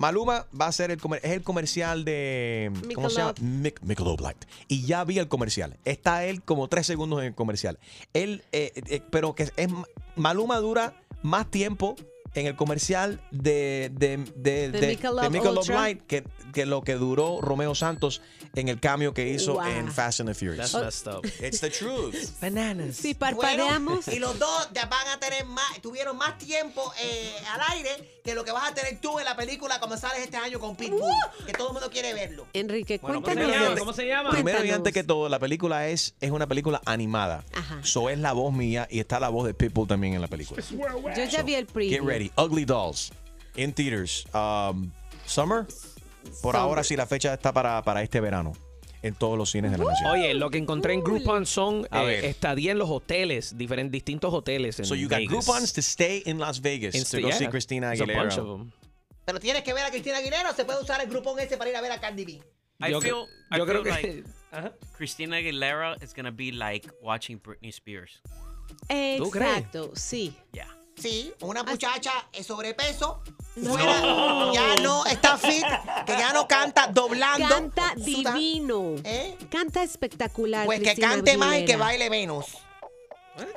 [SPEAKER 1] Maluma va a ser el, comer- es el comercial de... ¿Cómo se llama?
[SPEAKER 4] Michelob.
[SPEAKER 1] Mic- Michelob Light. Y ya vi el comercial. Está él como tres segundos en el comercial. Él, eh, eh, pero que es... Maluma dura más tiempo en el comercial de, de, de,
[SPEAKER 4] De
[SPEAKER 1] de-
[SPEAKER 4] Michelob
[SPEAKER 1] de Michelob
[SPEAKER 4] Ultra.
[SPEAKER 1] Light que, que lo que duró Romeo Santos en el cambio que hizo
[SPEAKER 4] Wow.
[SPEAKER 1] en Fast and the Furious.
[SPEAKER 4] That's messed
[SPEAKER 6] up.
[SPEAKER 1] It's the truth.
[SPEAKER 4] Bananas. Si
[SPEAKER 5] Bueno,
[SPEAKER 4] parpadeamos.
[SPEAKER 5] y los dos ya van a tener más, tuvieron más tiempo eh, al aire que lo que vas a tener tú en la película como sales este año con Pitbull, que todo el mundo quiere verlo.
[SPEAKER 4] Uh. Enrique,
[SPEAKER 5] Bueno,
[SPEAKER 4] cuéntanos.
[SPEAKER 1] Primero y
[SPEAKER 4] Cuéntanos.
[SPEAKER 1] antes que todo, la película es, es una película animada. So es la voz mía y está la voz de Pitbull también en la película.
[SPEAKER 4] Yo ya vi el preview.
[SPEAKER 1] Get ready. Ugly Dolls. In theaters. Um, summer. Por ahora sí, la fecha está para, para este verano. En todos los cines de la nación.
[SPEAKER 6] Oye, lo que encontré en Groupon son
[SPEAKER 1] A
[SPEAKER 6] eh,
[SPEAKER 1] ver.
[SPEAKER 6] estadía en los hoteles, diferentes, distintos hoteles. En
[SPEAKER 1] So you got
[SPEAKER 6] Vegas.
[SPEAKER 1] Groupons to stay in Las Vegas
[SPEAKER 6] In-
[SPEAKER 1] to go
[SPEAKER 6] yeah.
[SPEAKER 1] see Christina
[SPEAKER 6] There's a
[SPEAKER 1] Aguilera.
[SPEAKER 6] bunch of 'em. them.
[SPEAKER 5] Pero tienes que ver a Cristina Aguilera o se puede usar el grupón ese para ir a ver a Cardi B.
[SPEAKER 8] I
[SPEAKER 6] Yo
[SPEAKER 8] feel,
[SPEAKER 6] cre-
[SPEAKER 8] I feel
[SPEAKER 6] yo creo que-
[SPEAKER 8] like Christina Aguilera is going to be like watching Britney Spears. ¿Tú crees?
[SPEAKER 4] Exacto, sí.
[SPEAKER 5] Sí, una muchacha en sobrepeso. fuera, Ya no está fit, que ya no canta doblando. ¿Eh?
[SPEAKER 4] Canta divino. Canta espectacular.
[SPEAKER 5] Pues que
[SPEAKER 4] Cristina
[SPEAKER 5] cante más y que
[SPEAKER 4] Aguilera.
[SPEAKER 5] baile menos.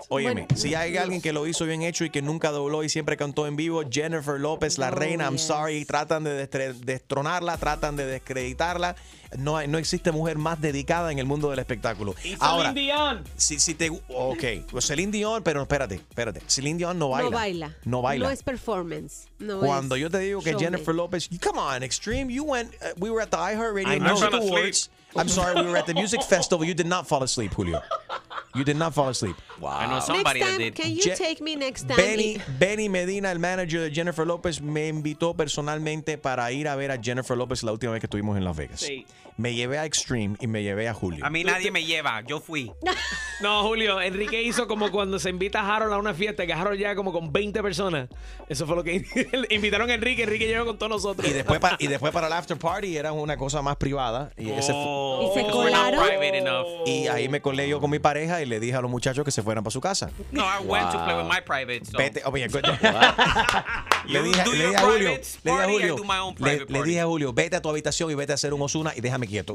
[SPEAKER 1] Óyeme, si hay alguien que lo hizo bien hecho y que nunca dobló y siempre cantó en vivo, Jennifer López,
[SPEAKER 4] Oh,
[SPEAKER 1] la reina, I'm sorry, tratan de destre- destronarla, tratan de descreditarla. No, hay- no existe mujer más dedicada en el mundo del espectáculo. Ahora, si, si te... gu- Ok, pues Celine Dion, pero espérate, espérate. Celine Dion no baila.
[SPEAKER 4] No baila.
[SPEAKER 1] No baila.
[SPEAKER 4] No es performance. No
[SPEAKER 1] Cuando
[SPEAKER 4] es
[SPEAKER 1] yo te digo que
[SPEAKER 4] showman.
[SPEAKER 1] Jennifer Lopez, come on, Extreme, you went, uh, we were at the
[SPEAKER 6] I
[SPEAKER 1] iHeartRadio
[SPEAKER 6] know.
[SPEAKER 1] Music
[SPEAKER 6] I fell asleep.
[SPEAKER 1] Awards. I'm sorry, we were at the music festival. You did not fall asleep, Julio. You did not fall asleep. Wow.
[SPEAKER 8] I know somebody
[SPEAKER 4] next
[SPEAKER 8] that
[SPEAKER 4] time,
[SPEAKER 8] did.
[SPEAKER 4] can you
[SPEAKER 1] Je-
[SPEAKER 4] take me next time?
[SPEAKER 1] Benny, Benny Medina, el manager de Jennifer López, me invitó personalmente para ir a ver a Jennifer López la última vez que estuvimos en Las Vegas.
[SPEAKER 8] Sí.
[SPEAKER 1] Me llevé a Extreme y me llevé a Julio.
[SPEAKER 8] A mí nadie me lleva. Yo fui.
[SPEAKER 6] No, Julio, Enrique hizo como cuando se invita a Harold a una fiesta, que Harold llega como con 20 personas. Eso fue lo que invitaron a Enrique, Enrique llegó con todos nosotros.
[SPEAKER 1] Y después, pa- y después para el after party era una cosa más privada. Y, ese fu-
[SPEAKER 8] Oh,
[SPEAKER 6] ¿Y se
[SPEAKER 8] 'cause we're not
[SPEAKER 6] colaron?
[SPEAKER 8] private enough.
[SPEAKER 1] y ahí me colé yo con mi pareja y le dije a los muchachos que se fueran para su casa.
[SPEAKER 8] No, I went to play with
[SPEAKER 1] Wow.
[SPEAKER 8] my private. So.
[SPEAKER 1] Vete, oh, yeah, good. le dije, le dije a Julio, le dije a
[SPEAKER 8] party, I
[SPEAKER 1] Julio,
[SPEAKER 8] do my own
[SPEAKER 1] le-
[SPEAKER 8] private
[SPEAKER 1] le dije a Julio, vete a tu habitación y vete a hacer un Osuna y déjame quieto.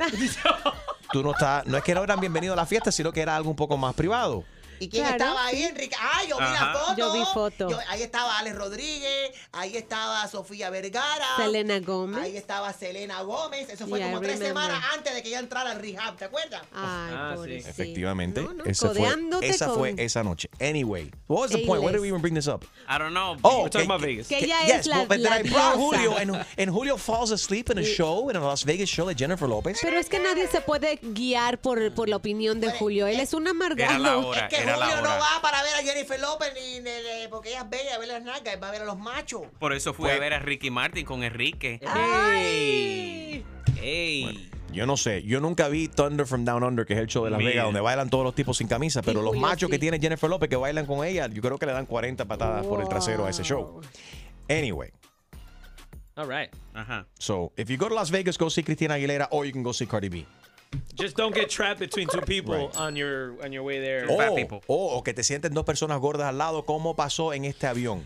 [SPEAKER 1] Tú no estás, no es que no eran bienvenidos a la fiesta, sino que era algo un poco más privado.
[SPEAKER 5] ¿Y quién
[SPEAKER 4] Claro,
[SPEAKER 5] estaba ahí,
[SPEAKER 4] sí.
[SPEAKER 5] Enrique? Ah, yo vi la
[SPEAKER 4] Ajá.
[SPEAKER 5] foto.
[SPEAKER 4] Yo vi foto.
[SPEAKER 5] Yo- ahí estaba Alex Rodríguez, ahí estaba Sofía Vergara.
[SPEAKER 4] Selena Gómez.
[SPEAKER 5] Ahí estaba Selena Gómez. Eso fue
[SPEAKER 4] Yeah,
[SPEAKER 5] como
[SPEAKER 4] I
[SPEAKER 5] tres
[SPEAKER 4] remember. Ah.
[SPEAKER 5] semanas antes de que ella entrara al rehab, ¿te acuerdas?
[SPEAKER 4] Ay,
[SPEAKER 6] Ah,
[SPEAKER 4] pobrecito.
[SPEAKER 1] Efectivamente.
[SPEAKER 4] No, no,
[SPEAKER 1] esa fue,
[SPEAKER 4] codeándote
[SPEAKER 1] esa fue
[SPEAKER 4] con-
[SPEAKER 1] esa noche. Anyway, what was the point? Why did we even bring this up?
[SPEAKER 6] I don't know.
[SPEAKER 1] Oh,
[SPEAKER 6] We're talking
[SPEAKER 1] que-
[SPEAKER 6] about Vegas.
[SPEAKER 4] que ella
[SPEAKER 1] yes,
[SPEAKER 4] es la-
[SPEAKER 1] but- but then
[SPEAKER 4] la
[SPEAKER 1] I brought
[SPEAKER 4] diosa.
[SPEAKER 1] Julio, and, and Julio falls asleep in a show, in a Las Vegas show de Jennifer Lopez.
[SPEAKER 4] Pero es que nadie se puede guiar por, por la opinión de Julio. Él es un amargado.
[SPEAKER 1] hora,
[SPEAKER 5] que
[SPEAKER 1] era la
[SPEAKER 5] Julio
[SPEAKER 1] hora.
[SPEAKER 5] no va para ver a Jennifer López ni, ni- ni- porque ella es bella, a ver las nalgas, va a ver a los machos.
[SPEAKER 6] Por eso fui a ver a Ricky Martin con Enrique.
[SPEAKER 5] Ay.
[SPEAKER 6] Ey.
[SPEAKER 1] Yo no sé, yo nunca vi Thunder from Down Under, que es el show de Las
[SPEAKER 6] Mira.
[SPEAKER 1] Vegas, donde bailan todos los tipos sin camisa, pero los
[SPEAKER 6] Julio,
[SPEAKER 1] machos
[SPEAKER 6] sí.
[SPEAKER 1] que tiene Jennifer López que bailan con ella, yo creo que le dan 40 patadas por el trasero a ese show. Anyway,
[SPEAKER 15] All right.
[SPEAKER 6] Ajá.
[SPEAKER 1] so if you go to Las Vegas, go see Cristina Aguilera, or you can go see Cardi B.
[SPEAKER 15] Just don't get trapped between two people
[SPEAKER 1] Right. Oh.
[SPEAKER 15] on your on your way there.
[SPEAKER 1] O, o- o que te sienten dos personas gordas al lado, como pasó en este avión.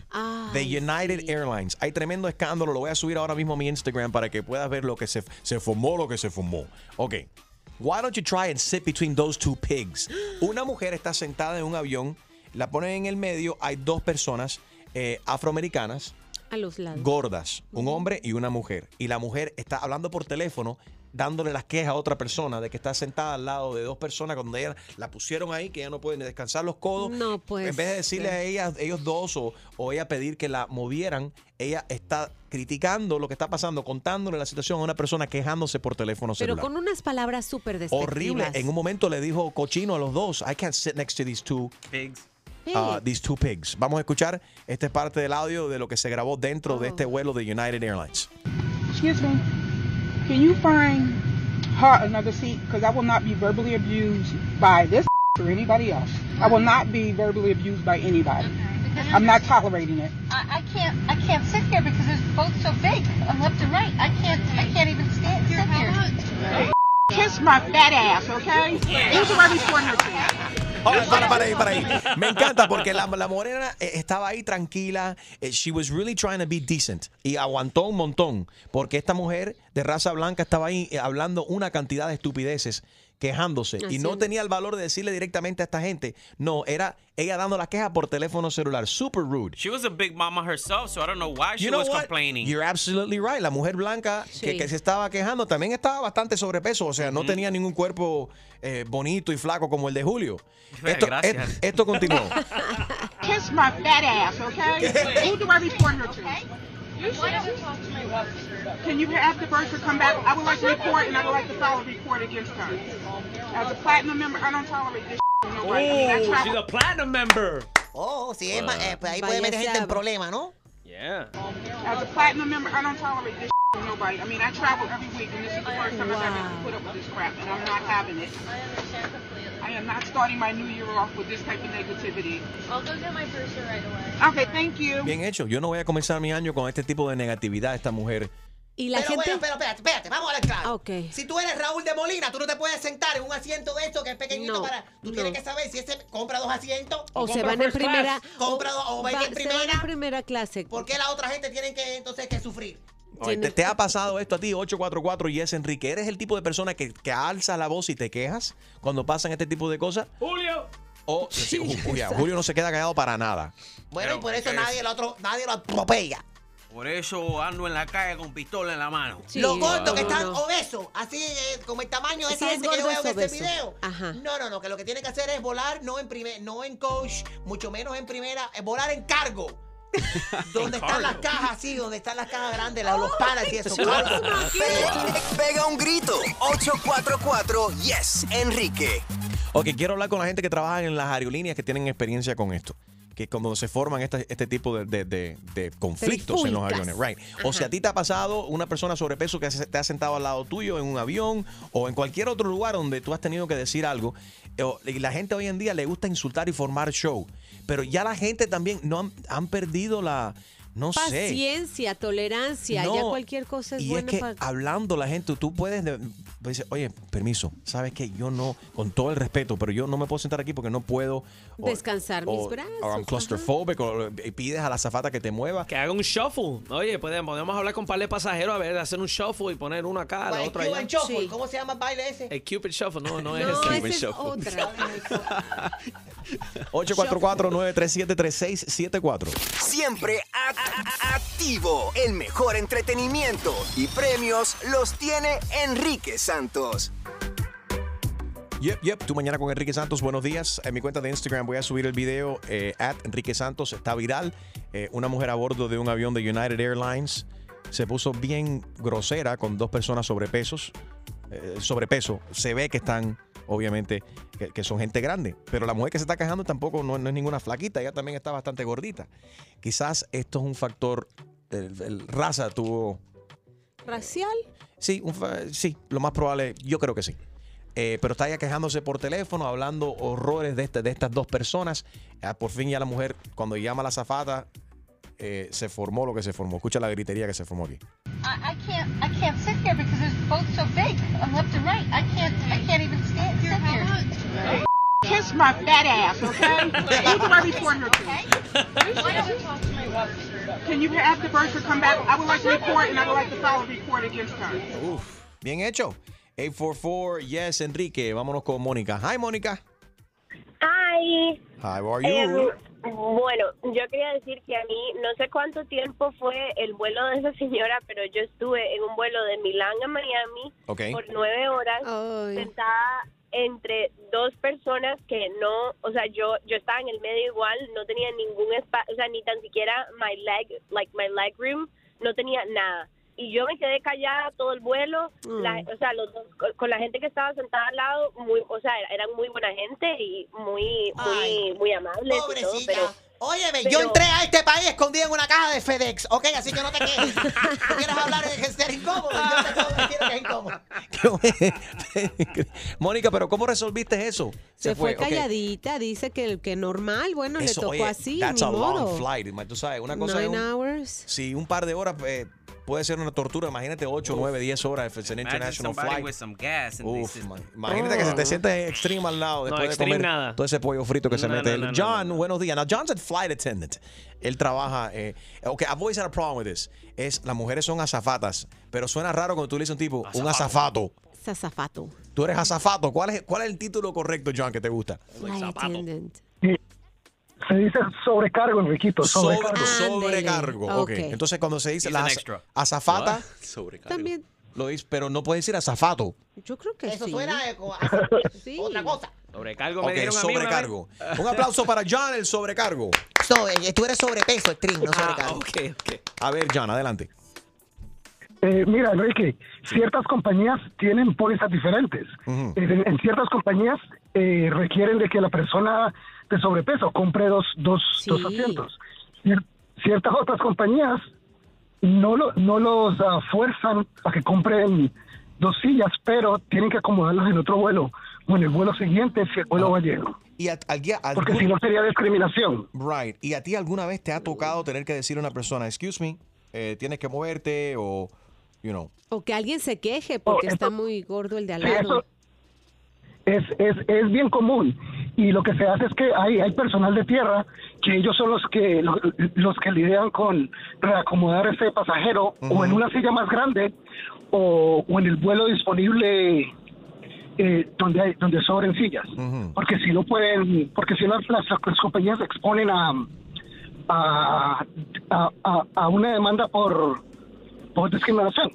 [SPEAKER 1] de United Airlines. Hay tremendo escándalo. Lo voy a subir ahora mismo a mi Instagram para que puedas ver lo que se, se formó, lo que se formó. Ok. Why don't you try and sit between those two pigs? Una mujer está sentada en un avión, la ponen en el medio, hay dos personas eh, afroamericanas
[SPEAKER 4] A los lados.
[SPEAKER 1] gordas, un hombre y una mujer. Y la mujer está hablando por teléfono, dándole las quejas a otra persona de que está sentada al lado de dos personas cuando ella la pusieron ahí, que ella no puede ni descansar los codos.
[SPEAKER 4] No pues, puede
[SPEAKER 1] En vez de decirle
[SPEAKER 4] ser.
[SPEAKER 1] a ella, ellos dos o, o ella pedir que la movieran, ella está criticando lo que está pasando, contándole la situación a una persona quejándose por teléfono
[SPEAKER 4] Pero
[SPEAKER 1] celular.
[SPEAKER 4] con unas palabras súper despectivas.
[SPEAKER 1] Horrible. En un momento le dijo cochino a los dos. I can't sit next to these two
[SPEAKER 6] Pigs.
[SPEAKER 1] uh, these two pigs. Vamos a escuchar. Esta es parte del audio de lo que se grabó dentro de este vuelo de United Airlines.
[SPEAKER 27] Excuse me. Can you find her another seat? Because I will not be verbally abused by this or anybody else. I will not be verbally abused by anybody. I'm not tolerating it.
[SPEAKER 12] I, I can't I can't sit here because there's both so big on left and right. I can't I can't even stand sit here.
[SPEAKER 27] Kiss my fat ass, okay? These are why we sworn her to.
[SPEAKER 1] Ahora, para, para ahí, para ahí. Me encanta porque la, la morena eh, estaba ahí tranquila. Eh, She was really trying to be decent. Y aguantó un montón. Porque esta mujer de raza blanca estaba ahí eh, hablando una cantidad de estupideces, quejándose. Y no tenía el valor de decirle directamente a esta gente. No, era ella dando la queja por teléfono celular. Super rude.
[SPEAKER 6] She was a big mama herself, so I don't know why she
[SPEAKER 1] You know
[SPEAKER 6] was
[SPEAKER 1] what?
[SPEAKER 6] complaining.
[SPEAKER 1] You're absolutely right. La mujer blanca que,
[SPEAKER 6] Sí.
[SPEAKER 1] que se estaba quejando también estaba bastante sobrepeso. O sea, no tenía ningún cuerpo eh, bonito y flaco como el de Julio. Esto,
[SPEAKER 6] Gracias.
[SPEAKER 1] et- esto continuó.
[SPEAKER 27] Kiss my fat ass, okay? Who do I report her to?
[SPEAKER 12] Why don't we talk to my wife?
[SPEAKER 27] Can you have the person come back? I would like to report and I would like to file a report against her. As a platinum member, I don't tolerate this with nobody. I mean, that's
[SPEAKER 15] Oh,
[SPEAKER 27] why-
[SPEAKER 15] she's a platinum member.
[SPEAKER 5] Oh, sí, es
[SPEAKER 15] Wow.
[SPEAKER 5] ma- eh, pues ahí puede meter gente en problemas, ¿no?
[SPEAKER 15] Yeah.
[SPEAKER 27] As a platinum member, I don't tolerate this with nobody. I mean, I travel every week, and this is the first time I've ever put up with this crap, and I'm not having it. I understand completely. I am not starting my new year off with this type of negativity. I'll go get my brochure right away. Okay, thank you.
[SPEAKER 1] Bien hecho. Yo no voy a comenzar mi año con este tipo de negatividad de esta mujer.
[SPEAKER 4] Y la
[SPEAKER 5] pero,
[SPEAKER 4] gente- Ah,
[SPEAKER 5] bueno, pero espérate, espérate, vamos a hablar claro. Si tú eres Raúl de Molina, tú no te puedes sentar en un asiento de esto que es pequeñito
[SPEAKER 4] No,
[SPEAKER 5] para. Tú tienes que saber si ese compra dos asientos.
[SPEAKER 4] O se
[SPEAKER 5] compra
[SPEAKER 4] van en
[SPEAKER 5] first class,
[SPEAKER 4] primera.
[SPEAKER 5] Compra dos, o
[SPEAKER 4] va-
[SPEAKER 5] ven en
[SPEAKER 4] se van
[SPEAKER 5] primera.
[SPEAKER 4] en primera clase.
[SPEAKER 5] ¿Por qué la otra gente tiene que entonces que sufrir?
[SPEAKER 1] Oye, ¿te, te ha pasado esto a ti, 844 y es Enrique? ¿Eres el tipo de persona que, que alza la voz y te quejas cuando pasan este tipo de cosas?
[SPEAKER 15] Julio.
[SPEAKER 1] O sí, Ju- Julia, Julio no se queda callado para nada.
[SPEAKER 5] Bueno, y por eso
[SPEAKER 6] es-
[SPEAKER 5] nadie lo otro, nadie lo atropella.
[SPEAKER 6] Por eso ando en la calle con pistola en la mano.
[SPEAKER 5] Los gordos que están obesos, así eh, como el tamaño de esa
[SPEAKER 4] Si es
[SPEAKER 5] gente que yo
[SPEAKER 4] gordo,
[SPEAKER 5] veo
[SPEAKER 4] es
[SPEAKER 5] en este
[SPEAKER 4] obeso.
[SPEAKER 5] video.
[SPEAKER 4] Ajá.
[SPEAKER 5] No, no, no, que lo que tienen que hacer es volar no en primer, no en coach, mucho menos en primera, es volar en cargo. donde están las cajas, sí, donde están las cajas grandes, la- los palas y eso. cargo.
[SPEAKER 13] Pega un grito. 844 Yes, Enrique.
[SPEAKER 1] Ok, quiero hablar con la gente que trabaja en las aerolíneas que tienen experiencia con esto. Que cuando se forman esta- este tipo de, de- de- de conflictos en los
[SPEAKER 14] Trifulcas.
[SPEAKER 1] aviones. Right. O si a ti te ha pasado una persona sobrepeso que se- te ha sentado al lado tuyo en un avión o en cualquier otro lugar donde tú has tenido que decir algo. eh, o- Y la gente hoy en día le gusta insultar y formar show. Pero ya la gente también no han, han perdido la. No sé.
[SPEAKER 4] Paciencia, tolerancia, ya
[SPEAKER 1] No,
[SPEAKER 4] cualquier cosa es
[SPEAKER 1] y es
[SPEAKER 4] buena
[SPEAKER 1] que ah,
[SPEAKER 4] para...
[SPEAKER 1] hablando la gente, tú puedes de- pues, dice, oye, permiso, sabes que yo no, con todo el respeto, pero yo no me puedo sentar aquí porque no puedo o-
[SPEAKER 4] Descansar mis
[SPEAKER 1] o-
[SPEAKER 4] brazos,
[SPEAKER 1] O I'm
[SPEAKER 4] ajá.
[SPEAKER 1] claustrophobic, o- y pides a la zafata que te mueva.
[SPEAKER 6] Que haga un shuffle. Oye, podemos, podemos hablar con un par de pasajeros, a ver, hacer un shuffle y poner uno acá, la
[SPEAKER 5] Pues,
[SPEAKER 6] otra
[SPEAKER 5] Cuban
[SPEAKER 6] allá.
[SPEAKER 5] Shuffle, ¿Cómo se llama el baile ese?
[SPEAKER 6] El Cupid Shuffle, no, no,
[SPEAKER 5] No,
[SPEAKER 6] es
[SPEAKER 5] ese
[SPEAKER 6] el
[SPEAKER 5] es
[SPEAKER 4] otra.
[SPEAKER 1] 844-937-3674.
[SPEAKER 13] Siempre a- a- a- activo. El mejor entretenimiento y premios los tiene Enrique Santos.
[SPEAKER 1] Yep, yep, tú mañana con Enrique Santos, buenos días. En mi cuenta de Instagram voy a subir el video eh, at Enrique Santos, está viral. Eh, una mujer a bordo de un avión de United Airlines se puso bien grosera con dos personas sobrepesos. eh, sobrepeso, se ve que están, obviamente, que, que son gente grande. Pero la mujer que se está quejando tampoco no, no es ninguna flaquita, ella también está bastante gordita. Quizás esto es un factor, el- el raza tuvo...
[SPEAKER 4] ¿Racial?
[SPEAKER 1] Sí, un fa- sí, lo más probable, yo creo que sí. Eh, pero está ya quejándose por teléfono, hablando horrores de, este- de estas dos personas. Ah, por fin ya la mujer, cuando llama a la zafata, eh, se formó lo que se formó. Escucha la gritería que se formó aquí.
[SPEAKER 9] I, I can't I can't sit there because there's boats so big
[SPEAKER 12] uh,
[SPEAKER 9] on left and right. I can't I can't even stand sit here.
[SPEAKER 27] Kiss my fat ass, okay? Who do I report her to? Can you have the person come back? I would like to report and I would like to file a report against her.
[SPEAKER 1] Uf, bien hecho. 844, yes, Enrique. Vámonos con Mónica. Hi, Mónica.
[SPEAKER 19] Ay,
[SPEAKER 1] Hi, how are
[SPEAKER 19] em,
[SPEAKER 1] you?
[SPEAKER 19] bueno, yo quería decir que a mí no sé cuánto tiempo fue el vuelo de esa señora, pero yo estuve en un vuelo de Milán a Miami
[SPEAKER 15] Ok.
[SPEAKER 19] por nueve horas sentada entre dos personas que no, o sea, yo yo estaba en el medio igual, no tenía ningún espacio, o sea, ni tan siquiera my leg, like my leg room, no tenía nada. Y yo me quedé callada todo el vuelo, Mm. la- o sea, los dos- con- con la gente que estaba sentada al lado, muy, o sea, era- eran muy buena gente y muy, muy, muy amables. y todo,
[SPEAKER 5] pobrecilla.
[SPEAKER 19] pero,
[SPEAKER 5] Óyeme,
[SPEAKER 19] pero-
[SPEAKER 5] yo entré a este país escondida en una caja de FedEx, ¿ok? Así que no te quejes. Tú quieres hablar de que ser incómodo, yo te puedo decir que es incómodo.
[SPEAKER 1] Mónica, pero ¿cómo resolviste eso?
[SPEAKER 4] Se, fue,
[SPEAKER 1] ok.
[SPEAKER 4] calladita, dice que, que normal, bueno, le
[SPEAKER 1] Eso,
[SPEAKER 4] tocó
[SPEAKER 1] oye,
[SPEAKER 4] así,
[SPEAKER 1] That's
[SPEAKER 4] ni
[SPEAKER 1] a long
[SPEAKER 4] modo.
[SPEAKER 1] flight. Ima- Tú sabes, una cosa es
[SPEAKER 4] Nine
[SPEAKER 1] un-
[SPEAKER 4] hours.
[SPEAKER 1] Sí, un par de horas eh, puede ser una tortura. Imagínate 8, 9, 10 horas if it's an
[SPEAKER 8] Imagine
[SPEAKER 1] international
[SPEAKER 8] somebody
[SPEAKER 1] flight.
[SPEAKER 8] with some gas in their
[SPEAKER 1] Uf,
[SPEAKER 8] system.
[SPEAKER 1] ma- imagínate que se
[SPEAKER 4] Oh.
[SPEAKER 6] Oh.
[SPEAKER 1] te siente extreme al lado después de
[SPEAKER 8] extreme
[SPEAKER 1] comer
[SPEAKER 8] nada.
[SPEAKER 1] todo ese pollo frito que se
[SPEAKER 8] No,
[SPEAKER 1] mete.
[SPEAKER 8] no,
[SPEAKER 1] él.
[SPEAKER 8] no, no,
[SPEAKER 1] John, buenos días. Now, John's a flight attendant. Él trabaja. Eh, ok, I've always had a problem with this. Es, las mujeres son azafatas, pero suena raro cuando tú le dices a un tipo, un azafato.
[SPEAKER 4] Es azafato.
[SPEAKER 1] Tú eres azafato. ¿Cuál es, ¿Cuál es el título correcto, John, que te gusta?
[SPEAKER 4] Flight attendant.
[SPEAKER 28] Se dice sobrecargo, Enriquito,
[SPEAKER 1] Sobre-
[SPEAKER 28] sobrecargo.
[SPEAKER 1] sobrecargo. ok.
[SPEAKER 28] Ok.
[SPEAKER 1] Entonces, cuando se dice
[SPEAKER 28] He's
[SPEAKER 1] la
[SPEAKER 28] an
[SPEAKER 1] az-
[SPEAKER 28] extra.
[SPEAKER 1] azafata,
[SPEAKER 4] También.
[SPEAKER 1] lo dice, pero no puede decir azafato.
[SPEAKER 4] Yo creo que
[SPEAKER 5] Eso
[SPEAKER 4] sí.
[SPEAKER 5] suena eco. Otra cosa.
[SPEAKER 6] Sobrecargo,
[SPEAKER 1] Ok,
[SPEAKER 6] me dieron a mí una
[SPEAKER 1] sobrecargo.
[SPEAKER 6] vez.
[SPEAKER 1] Un aplauso para John, el sobrecargo.
[SPEAKER 5] So, eh, tú eres sobrepeso, string, no
[SPEAKER 6] Ah,
[SPEAKER 5] sobrecargo.
[SPEAKER 6] ok, ok.
[SPEAKER 1] A ver, John, adelante.
[SPEAKER 28] Eh, mira, Enrique, ciertas compañías tienen pólizas diferentes. Eh, en, en ciertas compañías eh, requieren de que la persona de sobrepeso compre dos, dos, dos asientos. Cier- Ciertas otras compañías no, lo- no los ah, fuerzan a que compren dos sillas, pero tienen que acomodarlos en otro vuelo o en el vuelo siguiente si el vuelo
[SPEAKER 1] Ah.
[SPEAKER 28] va lleno.
[SPEAKER 1] Y a- al guía- al-
[SPEAKER 28] Porque si no sería discriminación.
[SPEAKER 1] Right. ¿Y a ti alguna vez te ha tocado tener que decir a una persona, excuse me, eh, tienes que moverte o, you know?
[SPEAKER 4] O que alguien se queje porque
[SPEAKER 28] Oh, eso-
[SPEAKER 4] está muy gordo el de al
[SPEAKER 28] Sí,
[SPEAKER 4] lado.
[SPEAKER 28] eso es, es, es bien común. Y lo que se hace es que hay, hay personal de tierra que ellos son los que lo- los que lidian con reacomodar a ese pasajero o en una silla más grande o, o en el vuelo disponible eh, donde hay, donde sobren sillas. Porque si no pueden, porque si no las, las compañías se exponen a a, a, a- a una demanda por, por discriminación.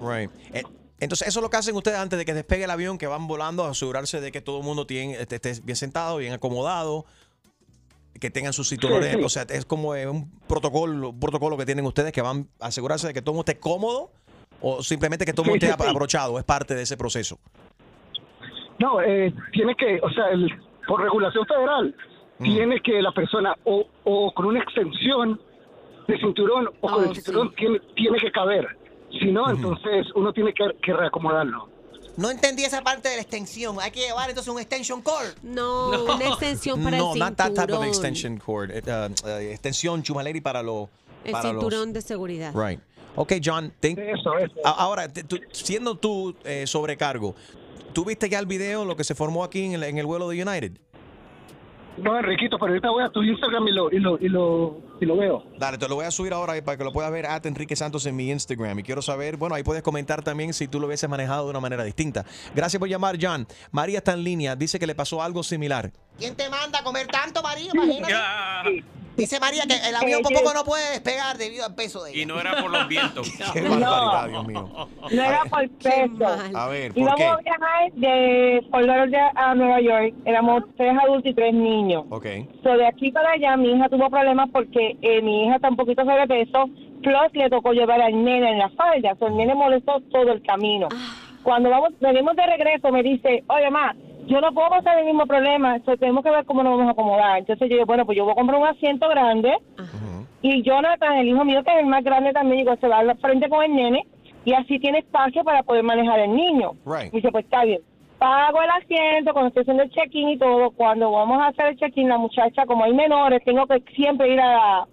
[SPEAKER 1] Right. Eh, Entonces, eso es lo que hacen ustedes antes de que despegue el avión, que van volando, a asegurarse de que todo el mundo tiene, esté, esté bien sentado, bien acomodado, que tengan sus cinturones.
[SPEAKER 28] Sí, sí.
[SPEAKER 1] O sea, es como eh, un protocolo, un protocolo que tienen ustedes que van a asegurarse de que todo el mundo esté cómodo o simplemente que todo el mundo
[SPEAKER 28] Sí, sí,
[SPEAKER 1] esté
[SPEAKER 28] sí.
[SPEAKER 1] abrochado. Es parte de ese proceso.
[SPEAKER 28] No, eh, tiene que, o sea, el- por regulación federal, tiene que la persona o, o con una extensión de cinturón o con el cinturón tiene, tiene que caber. Si no, entonces uno tiene que, que reacomodarlo.
[SPEAKER 5] No entendí esa parte de la extensión. Hay que llevar entonces un extension cord.
[SPEAKER 4] No, una extensión para
[SPEAKER 11] No,
[SPEAKER 4] el
[SPEAKER 11] not that type of
[SPEAKER 4] cinturón.
[SPEAKER 11] extension cord.
[SPEAKER 1] eh,
[SPEAKER 11] It, uh, uh, extensión chumaleri para, lo,
[SPEAKER 4] El
[SPEAKER 11] para los...
[SPEAKER 4] cinturón de seguridad.
[SPEAKER 11] Right. Ok, John. thank- A- Ahora, te- tú- siendo tú eh, sobrecargo, ¿tú viste ya el video, lo que se formó aquí en el, en el vuelo de United?
[SPEAKER 28] No, Enriquito, pero ahorita voy a tu Instagram y lo, y lo, y lo, y lo veo.
[SPEAKER 11] Dale, te lo voy a subir ahora para que lo puedas ver at Enrique Santos en mi Instagram. Y quiero saber, bueno, ahí puedes comentar también si tú lo hubieses manejado de una manera distinta. Gracias por llamar, John. María está en línea, dice que le pasó algo similar.
[SPEAKER 5] ¿Quién te manda a comer tanto, María? Imagínate. Dice María que el avión por poco no puede despegar debido al peso de ella.
[SPEAKER 8] Y no era por los vientos.
[SPEAKER 11] Qué barbaridad, Dios mío.
[SPEAKER 15] No era por peso.
[SPEAKER 11] A ver, ¿por
[SPEAKER 15] Íbamos
[SPEAKER 11] qué?
[SPEAKER 15] a viajar de Fort Lauderdale a Nueva York. Éramos tres adultos y tres niños.
[SPEAKER 11] Ok.
[SPEAKER 15] So, de aquí para allá, mi hija tuvo problemas porque eh, mi hija está un poquito sobrepeso. Plus, le tocó llevar al nene en la falda. So, el nene molestó todo el camino. Cuando vamos, venimos de regreso, me dice, oye, mamá, yo no puedo pasar el mismo problema. So, tenemos que ver cómo nos vamos a acomodar. Entonces, yo digo, bueno, pues yo voy a comprar un asiento grande. Y Jonathan, el hijo mío, que es el más grande también, digo, se va al frente con el nene y así tiene espacio para poder manejar el niño.
[SPEAKER 11] Right.
[SPEAKER 15] Y dice, pues está bien. Pago el asiento cuando estoy haciendo el check-in y todo. Cuando vamos a hacer el check-in, la muchacha, como hay menores, tengo que siempre ir a la,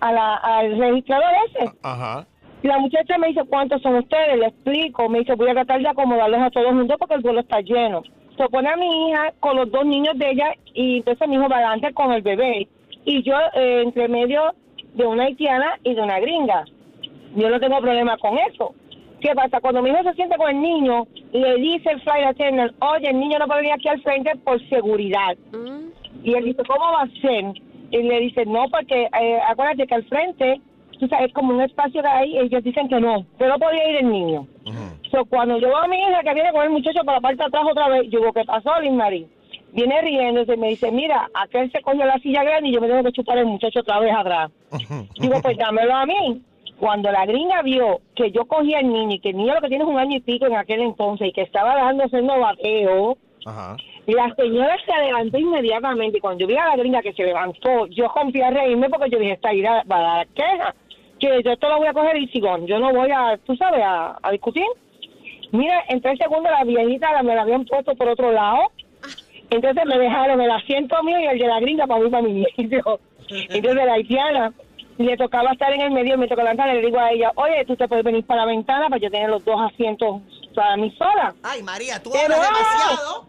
[SPEAKER 15] a la- al registrador ese.
[SPEAKER 11] Ajá.
[SPEAKER 15] La muchacha me dice, ¿cuántos son ustedes? Le explico. Me dice, voy a tratar de acomodarlos a todos juntos porque el vuelo está lleno. Se pone a mi hija con los dos niños de ella y entonces mi hijo va adelante con el bebé. Y yo eh, entre medio de una haitiana y de una gringa. Yo no tengo problema con eso. ¿Qué pasa? Cuando mi hijo se siente con el niño, le dice el flight attendant, oye, el niño no puede venir aquí al frente por seguridad. Y él dice, ¿cómo va a ser? Y le dice, no, porque eh, acuérdate que al frente, tú sabes, es como un espacio de ahí, ellos dicen que no, pero no podía ir el niño. So, cuando yo veo a mi hija que viene con el muchacho para la parte de atrás otra vez, yo digo, ¿qué pasó, Liz Marie? Viene riéndose, me dice, mira, aquel se cogió la silla grande y yo me tengo que chupar el muchacho otra vez atrás. Digo, pues dámelo a mí. Cuando la gringa vio que yo cogía al niño y que el niño lo que tiene es un año y pico en aquel entonces y que estaba dándose novateo,
[SPEAKER 11] Ajá.
[SPEAKER 15] la señora se levantó inmediatamente y cuando yo vi a la gringa que se levantó, yo rompí a reírme porque yo dije, esta ira va a dar queja, que yo esto lo voy a coger y sigón, yo no voy a, tú sabes, a, a discutir. Mira, en tres segundos la viejita la- me la habían puesto por otro lado, entonces me dejaron el asiento mío y el de la gringa para mí, para mi medio. Entonces la haitiana le tocaba estar en el medio, me tocó levantar, le digo a ella, oye, tú te puedes venir para la ventana para yo tener los dos asientos para mí sola.
[SPEAKER 5] Ay, María, tú
[SPEAKER 15] Pero-
[SPEAKER 5] hablas demasiado.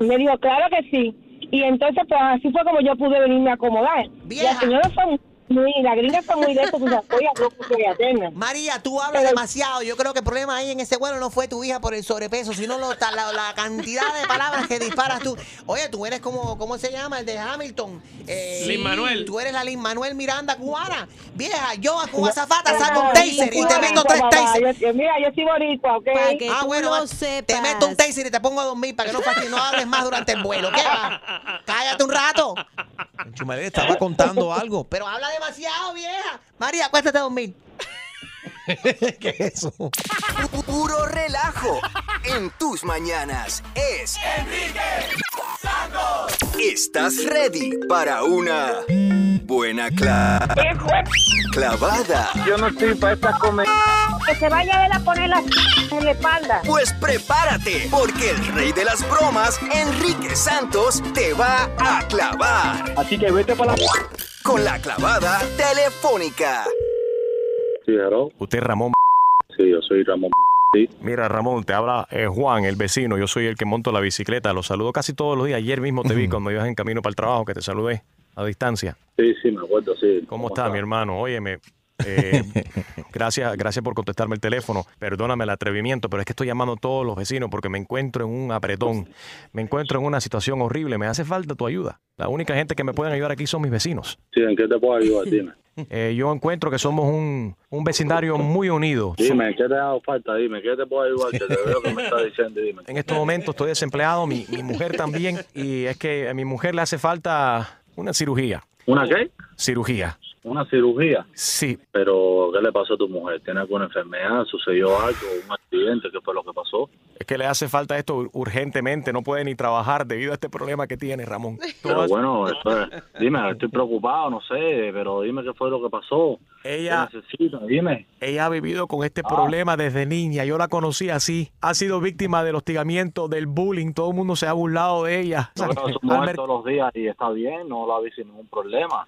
[SPEAKER 15] Me dijo, claro que sí. Y entonces, pues así fue como yo pude venirme a acomodar. La señora fue muy, la gringa fue muy de eso, pues, oye, no, pues, oye, atena.
[SPEAKER 5] María, tú hablas
[SPEAKER 15] Pero-
[SPEAKER 5] demasiado. Yo creo que el problema ahí en ese vuelo no fue tu hija por el sobrepeso, sino lo- ta- la, la cantidad de palabras que disparas tú. Oye, tú eres como, ¿cómo se llama? El de Hamilton. Eh,
[SPEAKER 6] Lin Manuel.
[SPEAKER 5] Tú eres la Lin Manuel Miranda cubana. Vieja, yo a Cuba Zafata saco un taser y te meto tres tasers.
[SPEAKER 15] Mira, yo soy boricua, ¿ok?
[SPEAKER 5] Para que Ah, tú bueno, lo va- Te meto un taser y te pongo a dormir para que no, fastidies, no hables más durante el vuelo. ¿Qué va? Cállate un rato.
[SPEAKER 11] Chumaleri estaba contando algo.
[SPEAKER 5] Pero habla demasiado, vieja. María, acuéstate a dormir.
[SPEAKER 11] ¿Qué es eso?
[SPEAKER 13] Pu- Puro relajo en tus mañanas es Enrique Santos. ¿Estás ready para una buena cla- clavada? Yo no estoy para esta comer.
[SPEAKER 10] Que se vaya a él a poner la en la espalda.
[SPEAKER 13] Pues prepárate, porque el rey de las bromas, Enrique Santos, te va a clavar. Así que vete para la... Con la clavada telefónica.
[SPEAKER 22] Sí, Usted es Ramón. Sí, yo soy Ramón. Mira, Ramón, te habla eh, Juan, el vecino. Yo soy el que monto la bicicleta. Lo saludo casi todos los días. Ayer mismo te vi cuando ibas en camino para el trabajo, que te saludé a distancia. Sí, sí, me acuerdo, sí. ¿Cómo, está, mi hermano? Óyeme. eh, gracias, gracias por contestarme el teléfono. Perdóname el atrevimiento, pero es que estoy llamando a todos los vecinos porque me encuentro en un apretón. Me encuentro en una situación horrible. Me hace falta tu ayuda. La única gente que me pueden ayudar aquí son mis vecinos. Sí, ¿en qué te puedo ayudar? Dime. Eh, yo encuentro que somos un, un vecindario muy unido. Dime, ¿qué te ha dado falta? Dime, ¿qué te puedo ayudar? Que te veo que me estás diciendo, dime. En estos momentos estoy desempleado, mi, mi mujer también, y es que a mi mujer le hace falta una cirugía.
[SPEAKER 12] ¿Una qué?
[SPEAKER 22] Cirugía.
[SPEAKER 12] ¿Una cirugía?
[SPEAKER 22] Sí.
[SPEAKER 12] Pero, ¿qué le pasó a tu mujer? ¿Tiene alguna enfermedad? ¿Sucedió algo? ¿Un accidente? ¿Qué fue lo que pasó?
[SPEAKER 22] Es
[SPEAKER 1] que le hace falta esto urgentemente, no puede ni trabajar debido a este problema que tiene Ramón.
[SPEAKER 22] Pero bueno, eso es- dime, estoy preocupado, no sé, pero dime qué fue lo que pasó.
[SPEAKER 1] Ella-
[SPEAKER 22] ¿Qué necesita? Dime.
[SPEAKER 1] Ella ha vivido con este problema desde niña. Yo la conocí así. Ha sido víctima del hostigamiento, del bullying. Todo el mundo se ha burlado de ella.
[SPEAKER 22] Yo veo su mujer
[SPEAKER 1] Albert,
[SPEAKER 22] todos los días y está bien, no la vi sin ningún problema.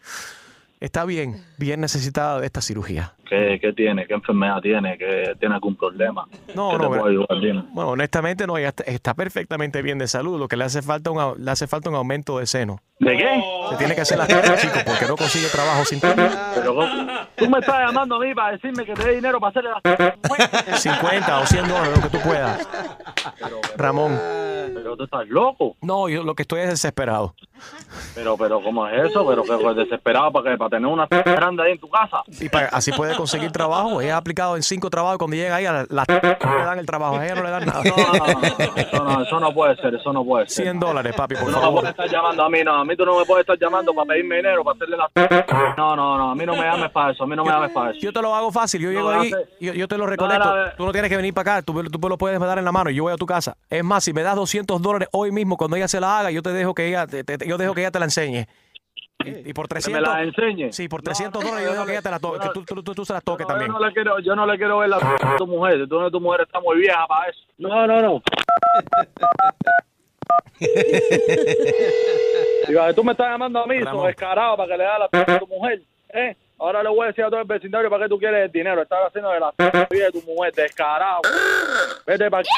[SPEAKER 1] está bien, bien necesitada de esta cirugía.
[SPEAKER 22] ¿Qué, qué tiene? ¿Qué enfermedad tiene? ¿Qué tiene algún problema?
[SPEAKER 1] No,
[SPEAKER 22] ¿Qué te
[SPEAKER 1] no,
[SPEAKER 22] puedo
[SPEAKER 1] gra-
[SPEAKER 22] ayudar? Dime.
[SPEAKER 1] Bueno, honestamente no, ella está, está perfectamente bien de salud. Lo que le hace falta un, au- le hace falta un aumento de seno.
[SPEAKER 22] ¿De qué?
[SPEAKER 1] Se tiene que hacer la cara, chico, porque no consigue trabajo sin
[SPEAKER 22] Pero tú me estás llamando a mí para decirme que te dé dinero para hacerle las
[SPEAKER 1] 50 o 100 dólares, lo que tú puedas. Ramón.
[SPEAKER 22] Pero tú estás loco.
[SPEAKER 1] No, yo lo que estoy es desesperado.
[SPEAKER 22] Pero, pero, ¿cómo es eso? Pero que que desesperado para, que, para tener una grande ahí en tu casa.
[SPEAKER 1] Y para- así puede conseguir trabajo. Ella ha aplicado en cinco trabajos. Cuando llega ahí, a la, no le dan el trabajo. ¿eh? A ella no le dan nada.
[SPEAKER 22] Eso no, eso no puede ser, eso no puede ser.
[SPEAKER 1] 100 dólares, papi,
[SPEAKER 22] Tú
[SPEAKER 1] por
[SPEAKER 22] no me
[SPEAKER 1] favor.
[SPEAKER 22] puedes estar llamando a mí, no. A mí tú no me puedes estar llamando para pedirme dinero, para hacerle las... No, no, no, a mí no me llames para eso, a mí no me llames para eso.
[SPEAKER 1] Yo te lo hago fácil. Yo
[SPEAKER 22] No,
[SPEAKER 1] llego ahí,
[SPEAKER 22] hace-
[SPEAKER 1] yo, yo te lo
[SPEAKER 22] No,
[SPEAKER 1] reconecto.
[SPEAKER 22] no, no.
[SPEAKER 1] Tú no tienes que venir para acá. Tú, me- tú me lo puedes dar en la mano. y Yo voy a tu casa. Es más, si me das 200 dólares hoy mismo, cuando ella se la haga, yo te dejo que ella te, te- te- yo dejo que ella te la enseñe. Y, y por
[SPEAKER 22] me
[SPEAKER 1] 300
[SPEAKER 22] la enseñe.
[SPEAKER 1] Sí, por 300 dólares yo dejo que ella te la toque. Que tú, tú- tú- tú se la toques
[SPEAKER 22] Yo
[SPEAKER 1] también.
[SPEAKER 22] no le quiero, yo no le quiero ver la a tu mujer, tú no tu mujer está muy vieja para eso. No, no, no. Digo, tú me estás llamando a mí,
[SPEAKER 1] Ramón.
[SPEAKER 22] sos descarado, para que le hagas la a tu mujer. ¿eh? Ahora le voy a decir a todo el vecindario para qué tú quieres el dinero. Estás haciendo de la vida de tu mujer, descarado. Vete para aquí.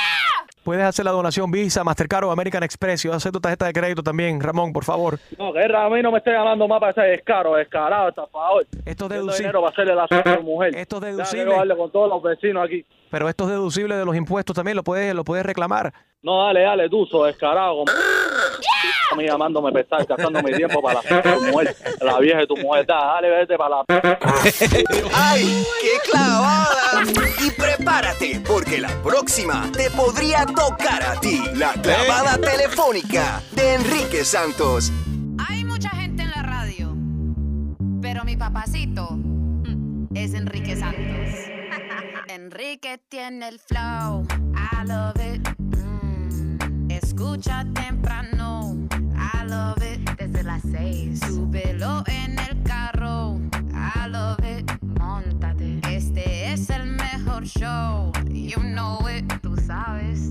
[SPEAKER 1] Puedes hacer la donación Visa, Mastercard o American Express. Yo acepto tarjeta de crédito también, Ramón, por favor.
[SPEAKER 22] No, que a mí no me estés llamando más para ese descaro, descarado, estafador.
[SPEAKER 1] Esto
[SPEAKER 22] es dinero para hacerle la a tu mujer.
[SPEAKER 1] Esto es
[SPEAKER 22] deducible.
[SPEAKER 1] deducible.
[SPEAKER 22] con todos los vecinos aquí.
[SPEAKER 1] Pero esto es deducible de los impuestos también. Lo puedes, lo puedes reclamar.
[SPEAKER 22] No, dale, dale, tú, sos descarado. como- A mí llamándome pesar, gastando mi tiempo para la p- de tu mujer, la vieja de tu mujer. Da, Dale, vete para la p-
[SPEAKER 13] ¡Ay, qué clavada! Y prepárate, porque la próxima te podría tocar a ti la
[SPEAKER 29] ¿Eh?
[SPEAKER 13] clavada telefónica de Enrique Santos.
[SPEAKER 3] Hay mucha gente en la radio, pero mi papacito mm, es Enrique Santos. Enrique tiene el flow, I love it. Mm, Escucha temprano, I love it. Desde las seis, súbelo en el carro, I love it. Montate, este es el mejor show, you know it, tú sabes.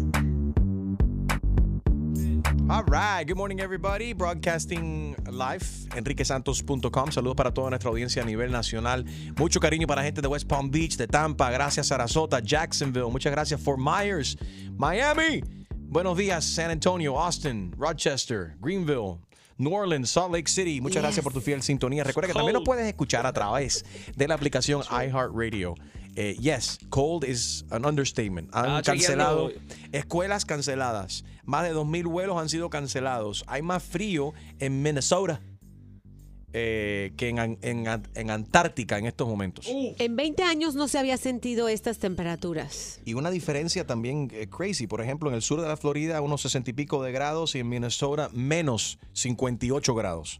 [SPEAKER 14] All right, good morning everybody, broadcasting live, enriquesantos.com. Saludos para toda nuestra audiencia a nivel nacional. Mucho cariño para la gente de West Palm Beach, de Tampa, gracias Sarasota, Jacksonville, muchas gracias Fort Myers, Miami. Buenos días San Antonio, Austin, Rochester, Greenville. New Orleans, Salt Lake City, muchas gracias por tu fiel sintonía. Recuerda que también nos puedes escuchar a través de la aplicación iHeartRadio. Eh, yes, cold is an understatement. Han
[SPEAKER 6] Ah, chequeando.
[SPEAKER 14] cancelado Escuelas canceladas. Más de 2.000 vuelos han sido cancelados. Hay más frío en Minnesota eh, que en, An- en An- en Antártica en estos momentos.
[SPEAKER 4] En 20 años no se había sentido estas temperaturas.
[SPEAKER 14] Y una diferencia también eh, crazy. Por ejemplo, en el sur de la Florida, unos 60 y pico de grados y en Minnesota, menos 58 grados.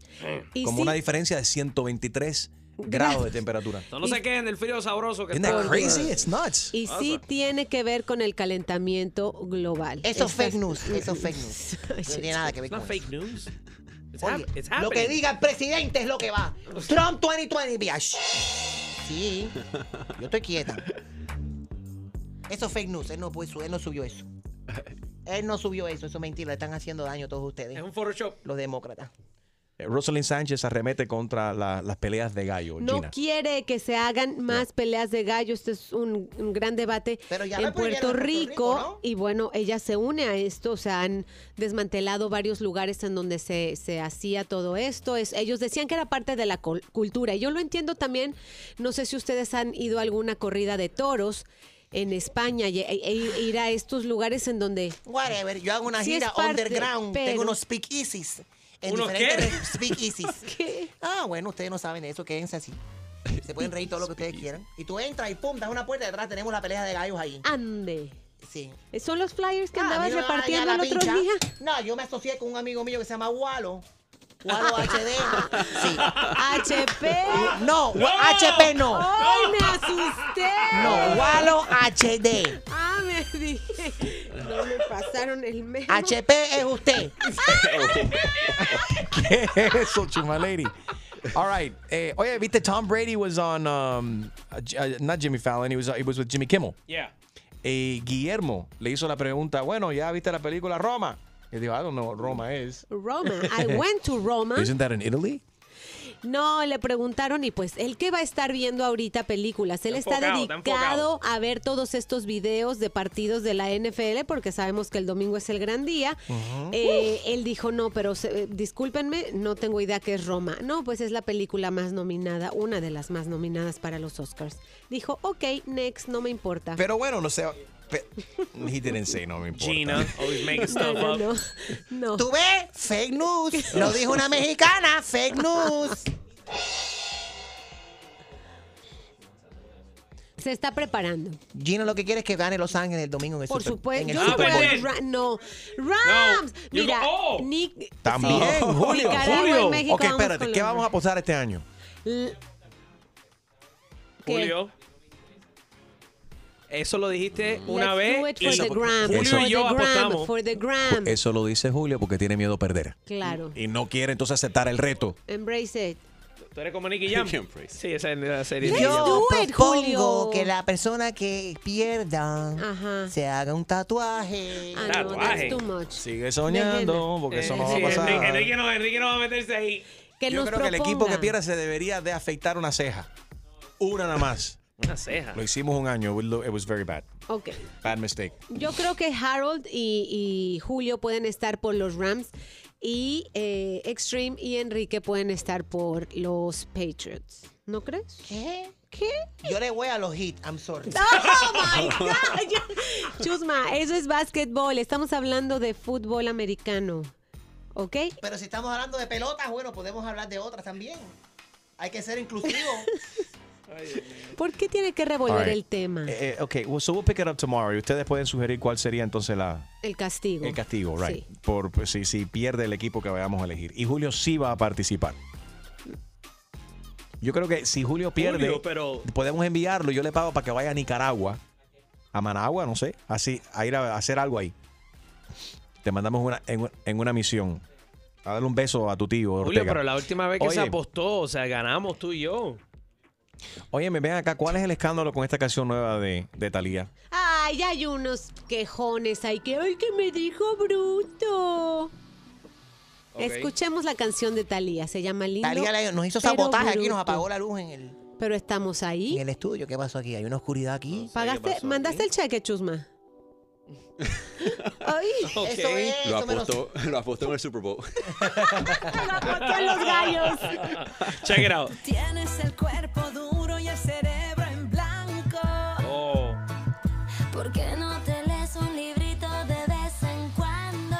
[SPEAKER 4] Y
[SPEAKER 14] Como
[SPEAKER 4] sí.
[SPEAKER 14] una diferencia de 123 grados de temperatura.
[SPEAKER 6] No, no se quejen del frío sabroso que
[SPEAKER 14] Isn't that crazy? It's nuts.
[SPEAKER 4] Y sí tiene que ver con el calentamiento global.
[SPEAKER 5] Eso es
[SPEAKER 4] Estas-
[SPEAKER 5] fake news, eso es fake news. No tiene nada que ver
[SPEAKER 6] It's not
[SPEAKER 5] con
[SPEAKER 6] fake news. It's
[SPEAKER 5] Oye,
[SPEAKER 6] hap- it's
[SPEAKER 5] lo
[SPEAKER 6] happening.
[SPEAKER 5] que diga el presidente es lo que va. Trump 2020, biatch. Sí, yo estoy quieta. Eso es fake news, él no, puso- él no subió eso. Él no subió eso, eso es mentira, le están haciendo daño a todos ustedes. Es un
[SPEAKER 6] Photoshop.
[SPEAKER 5] Los demócratas.
[SPEAKER 14] Eh, Rosalind Sánchez arremete contra la- las peleas de gallo.
[SPEAKER 4] No
[SPEAKER 14] Gina.
[SPEAKER 4] quiere que se hagan más peleas de gallo. Este es un, un gran debate
[SPEAKER 5] ya
[SPEAKER 4] en
[SPEAKER 5] la prohibieron
[SPEAKER 4] Puerto
[SPEAKER 5] en Puerto
[SPEAKER 4] Rico.
[SPEAKER 5] Rico,
[SPEAKER 4] Y bueno, ella se une a esto. O sea, han desmantelado varios lugares en donde se, se hacía todo esto. Es, ellos decían que era parte de la col- cultura. Y yo lo entiendo también. No sé si ustedes han ido a alguna corrida de toros en España y, e- e ir a estos lugares en donde...
[SPEAKER 5] Whatever, yo hago una
[SPEAKER 4] Sí
[SPEAKER 5] gira
[SPEAKER 4] es parte,
[SPEAKER 5] underground,
[SPEAKER 4] pero-
[SPEAKER 5] tengo unos speak easies. En
[SPEAKER 4] ¿Unos
[SPEAKER 5] diferentes
[SPEAKER 4] qué?
[SPEAKER 5] re- speak easies. Ah, bueno, ustedes no saben de eso, quédense así. Se pueden reír todo lo que ustedes quieran. Y tú entras y pum, das una puerta y detrás tenemos la pelea de gallos ahí.
[SPEAKER 4] Ande. Eh,
[SPEAKER 5] Sí.
[SPEAKER 4] Son los flyers que
[SPEAKER 5] Ah, a mí
[SPEAKER 4] andabas
[SPEAKER 5] no me van a
[SPEAKER 4] repartiendo
[SPEAKER 5] dañar
[SPEAKER 4] el
[SPEAKER 5] la
[SPEAKER 4] otro
[SPEAKER 5] pincha.
[SPEAKER 4] día.
[SPEAKER 5] No, yo me asocié con un amigo mío que se llama Walo. Walo HD.
[SPEAKER 4] HP.
[SPEAKER 5] No, HP no.
[SPEAKER 4] Ay, me ¡Oh, asusté.
[SPEAKER 5] No, Walo HD.
[SPEAKER 4] Ah, me le dije, no me pasaron el ¡Ah! mes.
[SPEAKER 5] HP es usted.
[SPEAKER 1] ¿Qué es eso, Chuma Lady? All right. Eh, oye, viste, Tom Brady was on, um, uh, J- uh, not Jimmy Fallon, he was, he was with Jimmy Kimmel.
[SPEAKER 6] Yeah.
[SPEAKER 1] Eh, Guillermo le hizo la pregunta, bueno, ¿ya viste la película Roma? Y dijo, I don't know what Roma is.
[SPEAKER 4] Roma. I went to Roma.
[SPEAKER 1] Isn't that in Italy?
[SPEAKER 4] No, le preguntaron y pues, ¿el qué va a estar viendo ahorita películas? Él está,
[SPEAKER 6] enfocado, está
[SPEAKER 4] dedicado a ver todos estos videos de partidos de la NFL porque sabemos que el domingo es el gran día. Eh, él dijo, no, pero se- eh, discúlpenme, no tengo idea qué es Roma. No, pues es la película más nominada, una de las más nominadas para los Oscars. Dijo, ok, next, no me importa.
[SPEAKER 1] Pero bueno, no sé. pe- He didn't say, no me importa.
[SPEAKER 6] Gina, always making stuff
[SPEAKER 4] No,
[SPEAKER 6] up.
[SPEAKER 4] no, no.
[SPEAKER 5] ¿Tú ves? Fake news. Lo dijo una mexicana. Fake news.
[SPEAKER 4] Se está preparando.
[SPEAKER 5] Gino lo que quiere es que gane Los Ángeles el domingo en el
[SPEAKER 4] Por
[SPEAKER 5] Super-
[SPEAKER 4] supuesto,
[SPEAKER 5] en el
[SPEAKER 4] yo
[SPEAKER 5] Super Bowl.
[SPEAKER 4] voy a Ra- no. Rams.
[SPEAKER 5] You
[SPEAKER 4] Mira,
[SPEAKER 5] go- oh.
[SPEAKER 4] Nick.
[SPEAKER 1] También,
[SPEAKER 4] Sí.
[SPEAKER 1] Julio.
[SPEAKER 4] Oh. Nicaragua y
[SPEAKER 1] Julio.
[SPEAKER 4] México
[SPEAKER 1] ok,
[SPEAKER 4] vamos
[SPEAKER 1] espérate,
[SPEAKER 4] con
[SPEAKER 1] ¿qué
[SPEAKER 4] los
[SPEAKER 1] vamos a apostar este año?
[SPEAKER 4] L- ¿Qué?
[SPEAKER 6] Julio. Eso lo dijiste una
[SPEAKER 4] Let's
[SPEAKER 6] vez.
[SPEAKER 4] do it
[SPEAKER 6] y
[SPEAKER 4] for the gram,
[SPEAKER 6] Julio
[SPEAKER 4] for
[SPEAKER 6] y yo
[SPEAKER 4] the gram,
[SPEAKER 6] apostamos.
[SPEAKER 4] for the
[SPEAKER 1] Pues,
[SPEAKER 4] gram.
[SPEAKER 1] Eso lo dice Julio porque tiene miedo a perder.
[SPEAKER 4] Claro.
[SPEAKER 1] Y no quiere entonces aceptar el reto.
[SPEAKER 4] Embrace it.
[SPEAKER 6] Tú eres como Nicky Jam. sí, esa es la serie. de Nicky Jam.
[SPEAKER 5] Yo propongo
[SPEAKER 4] Julio.
[SPEAKER 5] que la persona que pierda se haga un tatuaje.
[SPEAKER 4] Ah, no, that's too much.
[SPEAKER 1] Sigue soñando porque eso no va a pasar.
[SPEAKER 6] Eh, Enrique, Enrique no, Enrique no va a meterse ahí.
[SPEAKER 4] Que
[SPEAKER 1] Yo creo que el equipo que pierda se debería de afeitar una ceja. Una nada más.
[SPEAKER 6] Una ceja.
[SPEAKER 1] Lo hicimos un año. It lo- it was very bad.
[SPEAKER 4] Ok.
[SPEAKER 1] Bad mistake.
[SPEAKER 4] Yo creo que Harold y, y Julio pueden estar por los Rams y eh, Extreme y Enrique pueden estar por los Patriots. ¿No crees?
[SPEAKER 5] ¿Qué?
[SPEAKER 4] ¿Qué?
[SPEAKER 5] Yo le voy a los hits. I'm sorry.
[SPEAKER 4] Chusma, eso es básquetbol. Estamos hablando de fútbol americano. ¿Ok?
[SPEAKER 5] Pero si estamos hablando de pelotas, bueno, podemos hablar de otras también. Hay que ser inclusivos.
[SPEAKER 4] ¿Por qué tiene que revolver
[SPEAKER 1] All right.
[SPEAKER 4] el tema?
[SPEAKER 1] Eh, eh, ok, well, so we'll pick it up tomorrow. Y ustedes pueden sugerir cuál sería entonces la,
[SPEAKER 4] El castigo.
[SPEAKER 1] el castigo, right?
[SPEAKER 4] Sí.
[SPEAKER 1] Por pues, si, si pierde el equipo que vayamos a elegir. Y Julio sí va a participar. Yo creo que si Julio pierde,
[SPEAKER 6] Julio, pero-
[SPEAKER 1] podemos enviarlo. Yo le pago para que vaya a Nicaragua, a Managua, no sé, así, a ir a hacer algo ahí. Te mandamos una, en, en una misión. A darle un beso a tu tío.
[SPEAKER 6] Julio,
[SPEAKER 1] Ortega.
[SPEAKER 6] pero la última vez que se
[SPEAKER 1] Oye.
[SPEAKER 6] apostó, o sea, ganamos tú y yo.
[SPEAKER 1] Oye, me ven acá, ¿cuál es el escándalo con esta canción nueva de, de Thalía?
[SPEAKER 4] Ay, hay unos quejones ahí que, ay, que me dijo bruto.
[SPEAKER 5] Ok.
[SPEAKER 4] Escuchemos la canción de Talía, se llama Lindo.
[SPEAKER 5] Talía le- nos hizo
[SPEAKER 4] pero
[SPEAKER 5] sabotaje aquí,
[SPEAKER 4] bruto.
[SPEAKER 5] nos apagó la luz en el,
[SPEAKER 4] Pero estamos ahí.
[SPEAKER 5] en el estudio. ¿Qué pasó aquí? Hay una oscuridad aquí.
[SPEAKER 4] ¿Pagaste,
[SPEAKER 5] ¿eh?
[SPEAKER 4] mandaste el cheque, Chusma? Ay,
[SPEAKER 5] Eso es.
[SPEAKER 29] Lo
[SPEAKER 5] eso me lo-
[SPEAKER 29] apostó, lo apostó en el Super Bowl.
[SPEAKER 4] los gallos.
[SPEAKER 6] Check it out.
[SPEAKER 12] Tienes el cuerpo duro y el cerebro en blanco.
[SPEAKER 6] Oh.
[SPEAKER 12] ¿Por qué no te lees un librito de vez en cuando?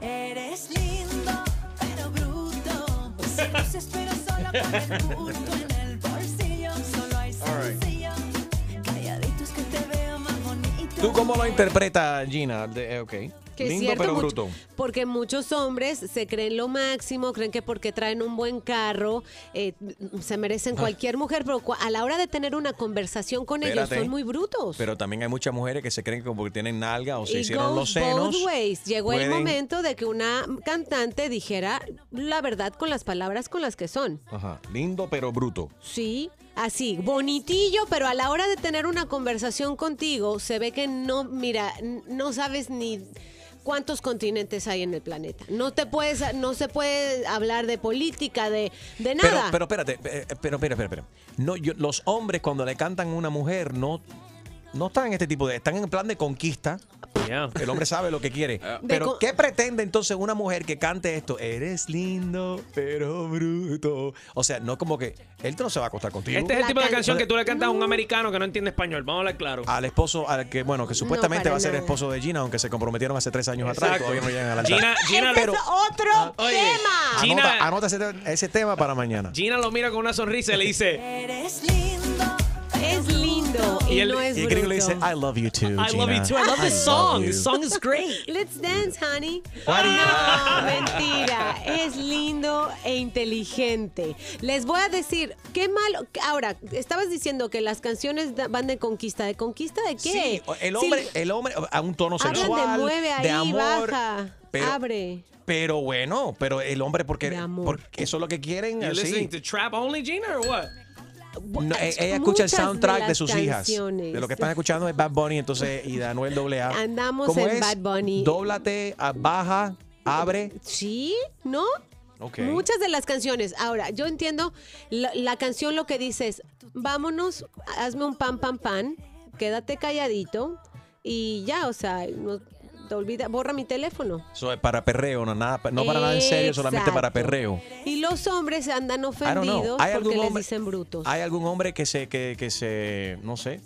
[SPEAKER 12] Eres lindo, pero bruto. Seduces, pero solo con el gusto en el bolsillo. Solo hay sencillo. Calladitos que te veo más bonito.
[SPEAKER 1] ¿Tú cómo lo interpretas, Gina? De- eh, ok.
[SPEAKER 4] Que es
[SPEAKER 1] Lindo
[SPEAKER 4] cierto,
[SPEAKER 1] pero
[SPEAKER 4] mucho-
[SPEAKER 1] bruto.
[SPEAKER 4] Porque muchos hombres se creen lo máximo, creen que porque traen un buen carro eh, se merecen
[SPEAKER 1] Ah.
[SPEAKER 4] cualquier mujer, pero cua- a la hora de tener una conversación con
[SPEAKER 1] Espérate.
[SPEAKER 4] ellos son muy brutos.
[SPEAKER 1] Pero también hay muchas mujeres que se creen que como que tienen nalga o se
[SPEAKER 4] Y
[SPEAKER 1] hicieron los
[SPEAKER 4] goes
[SPEAKER 1] senos.
[SPEAKER 4] both ways. Llegó el
[SPEAKER 1] pueden-
[SPEAKER 4] momento de que una cantante dijera la verdad con las palabras con las que son.
[SPEAKER 1] Ajá, lindo pero bruto.
[SPEAKER 4] Sí, así, bonitillo, pero a la hora de tener una conversación contigo se ve que no, mira, n- no sabes ni cuántos continentes hay en el planeta. No te puedes, no se puede hablar de política, de, de
[SPEAKER 1] Pero,
[SPEAKER 4] nada.
[SPEAKER 1] pero espérate, eh, eh, pero espera, espera, espera. No, yo- los hombres cuando le cantan a una mujer no, no están en este tipo de... Están en plan de conquista. El hombre sabe lo que quiere. Pero
[SPEAKER 4] con-
[SPEAKER 1] ¿qué pretende entonces una mujer que cante esto? Eres lindo, pero bruto. O sea, no como que... Él no se va a acostar contigo.
[SPEAKER 6] Este es el tipo de canción que tú le cantas a
[SPEAKER 4] Mm.
[SPEAKER 6] un americano que no entiende español. Vamos a hablar claro.
[SPEAKER 1] al esposo al que bueno que supuestamente
[SPEAKER 6] para
[SPEAKER 1] va a ser
[SPEAKER 6] nada.
[SPEAKER 1] esposo de Gina aunque se comprometieron hace tres años atrás y
[SPEAKER 6] Exacto.
[SPEAKER 1] todavía no llegan al altar
[SPEAKER 6] Gina, Gina,
[SPEAKER 1] pero
[SPEAKER 4] otro tema.
[SPEAKER 1] Ah, anota, anota ese, te- ese tema para mañana
[SPEAKER 6] Gina lo mira con una sonrisa y le dice:
[SPEAKER 12] Eres lindo.
[SPEAKER 4] Es lindo, Y
[SPEAKER 1] Y el,
[SPEAKER 4] no es
[SPEAKER 1] y el gringo le
[SPEAKER 4] bruto.
[SPEAKER 1] dice, I love you too.
[SPEAKER 4] I
[SPEAKER 6] love you
[SPEAKER 1] Gina.
[SPEAKER 6] too. I love this song.
[SPEAKER 1] you."
[SPEAKER 6] This song is great.
[SPEAKER 4] Let's dance, honey.
[SPEAKER 1] What do you-
[SPEAKER 4] No, mentira. Es lindo e inteligente. Les voy a decir, qué malo. Ahora, estabas diciendo que las canciones da- van de conquista. ¿De conquista de qué?
[SPEAKER 1] Sí, Oh, el
[SPEAKER 4] Sí,
[SPEAKER 1] hombre, el hombre a un tono
[SPEAKER 4] hablan
[SPEAKER 1] sexual,
[SPEAKER 4] de mueve ahí,
[SPEAKER 1] de amor,
[SPEAKER 4] baja,
[SPEAKER 1] pero-
[SPEAKER 4] abre.
[SPEAKER 1] pero bueno, pero el hombre porque, porque eso es lo que quieren,
[SPEAKER 6] You
[SPEAKER 1] así.
[SPEAKER 6] listening to trap only, Gina, or what?
[SPEAKER 1] No, e- ella escucha el
[SPEAKER 4] Muchas de
[SPEAKER 1] soundtrack de,
[SPEAKER 4] las
[SPEAKER 1] sus
[SPEAKER 4] canciones.
[SPEAKER 1] hijas. De lo que están escuchando es Bad Bunny entonces y de Anuel AA.
[SPEAKER 4] Andamos
[SPEAKER 1] ¿Cómo
[SPEAKER 4] en
[SPEAKER 1] es?
[SPEAKER 4] Bad Bunny.
[SPEAKER 1] Dóblate, a- baja, abre.
[SPEAKER 4] Sí, ¿no?
[SPEAKER 1] Ok.
[SPEAKER 4] Muchas de las canciones. Ahora, yo entiendo la, la canción lo que dice es, vámonos, hazme un pan, pan, pan, quédate calladito y ya, o sea, no te olvida, borra mi teléfono.
[SPEAKER 1] Eso es para perreo, no, nada, no para nada en serio, solamente para
[SPEAKER 4] Exacto.
[SPEAKER 1] perreo.
[SPEAKER 4] Y los hombres andan
[SPEAKER 1] I don't know.
[SPEAKER 4] ofendidos
[SPEAKER 1] ¿Hay
[SPEAKER 4] porque
[SPEAKER 1] algún
[SPEAKER 4] les
[SPEAKER 1] hombre-
[SPEAKER 4] dicen brutos.
[SPEAKER 1] ¿Hay algún hombre que se, que, que se, no sé?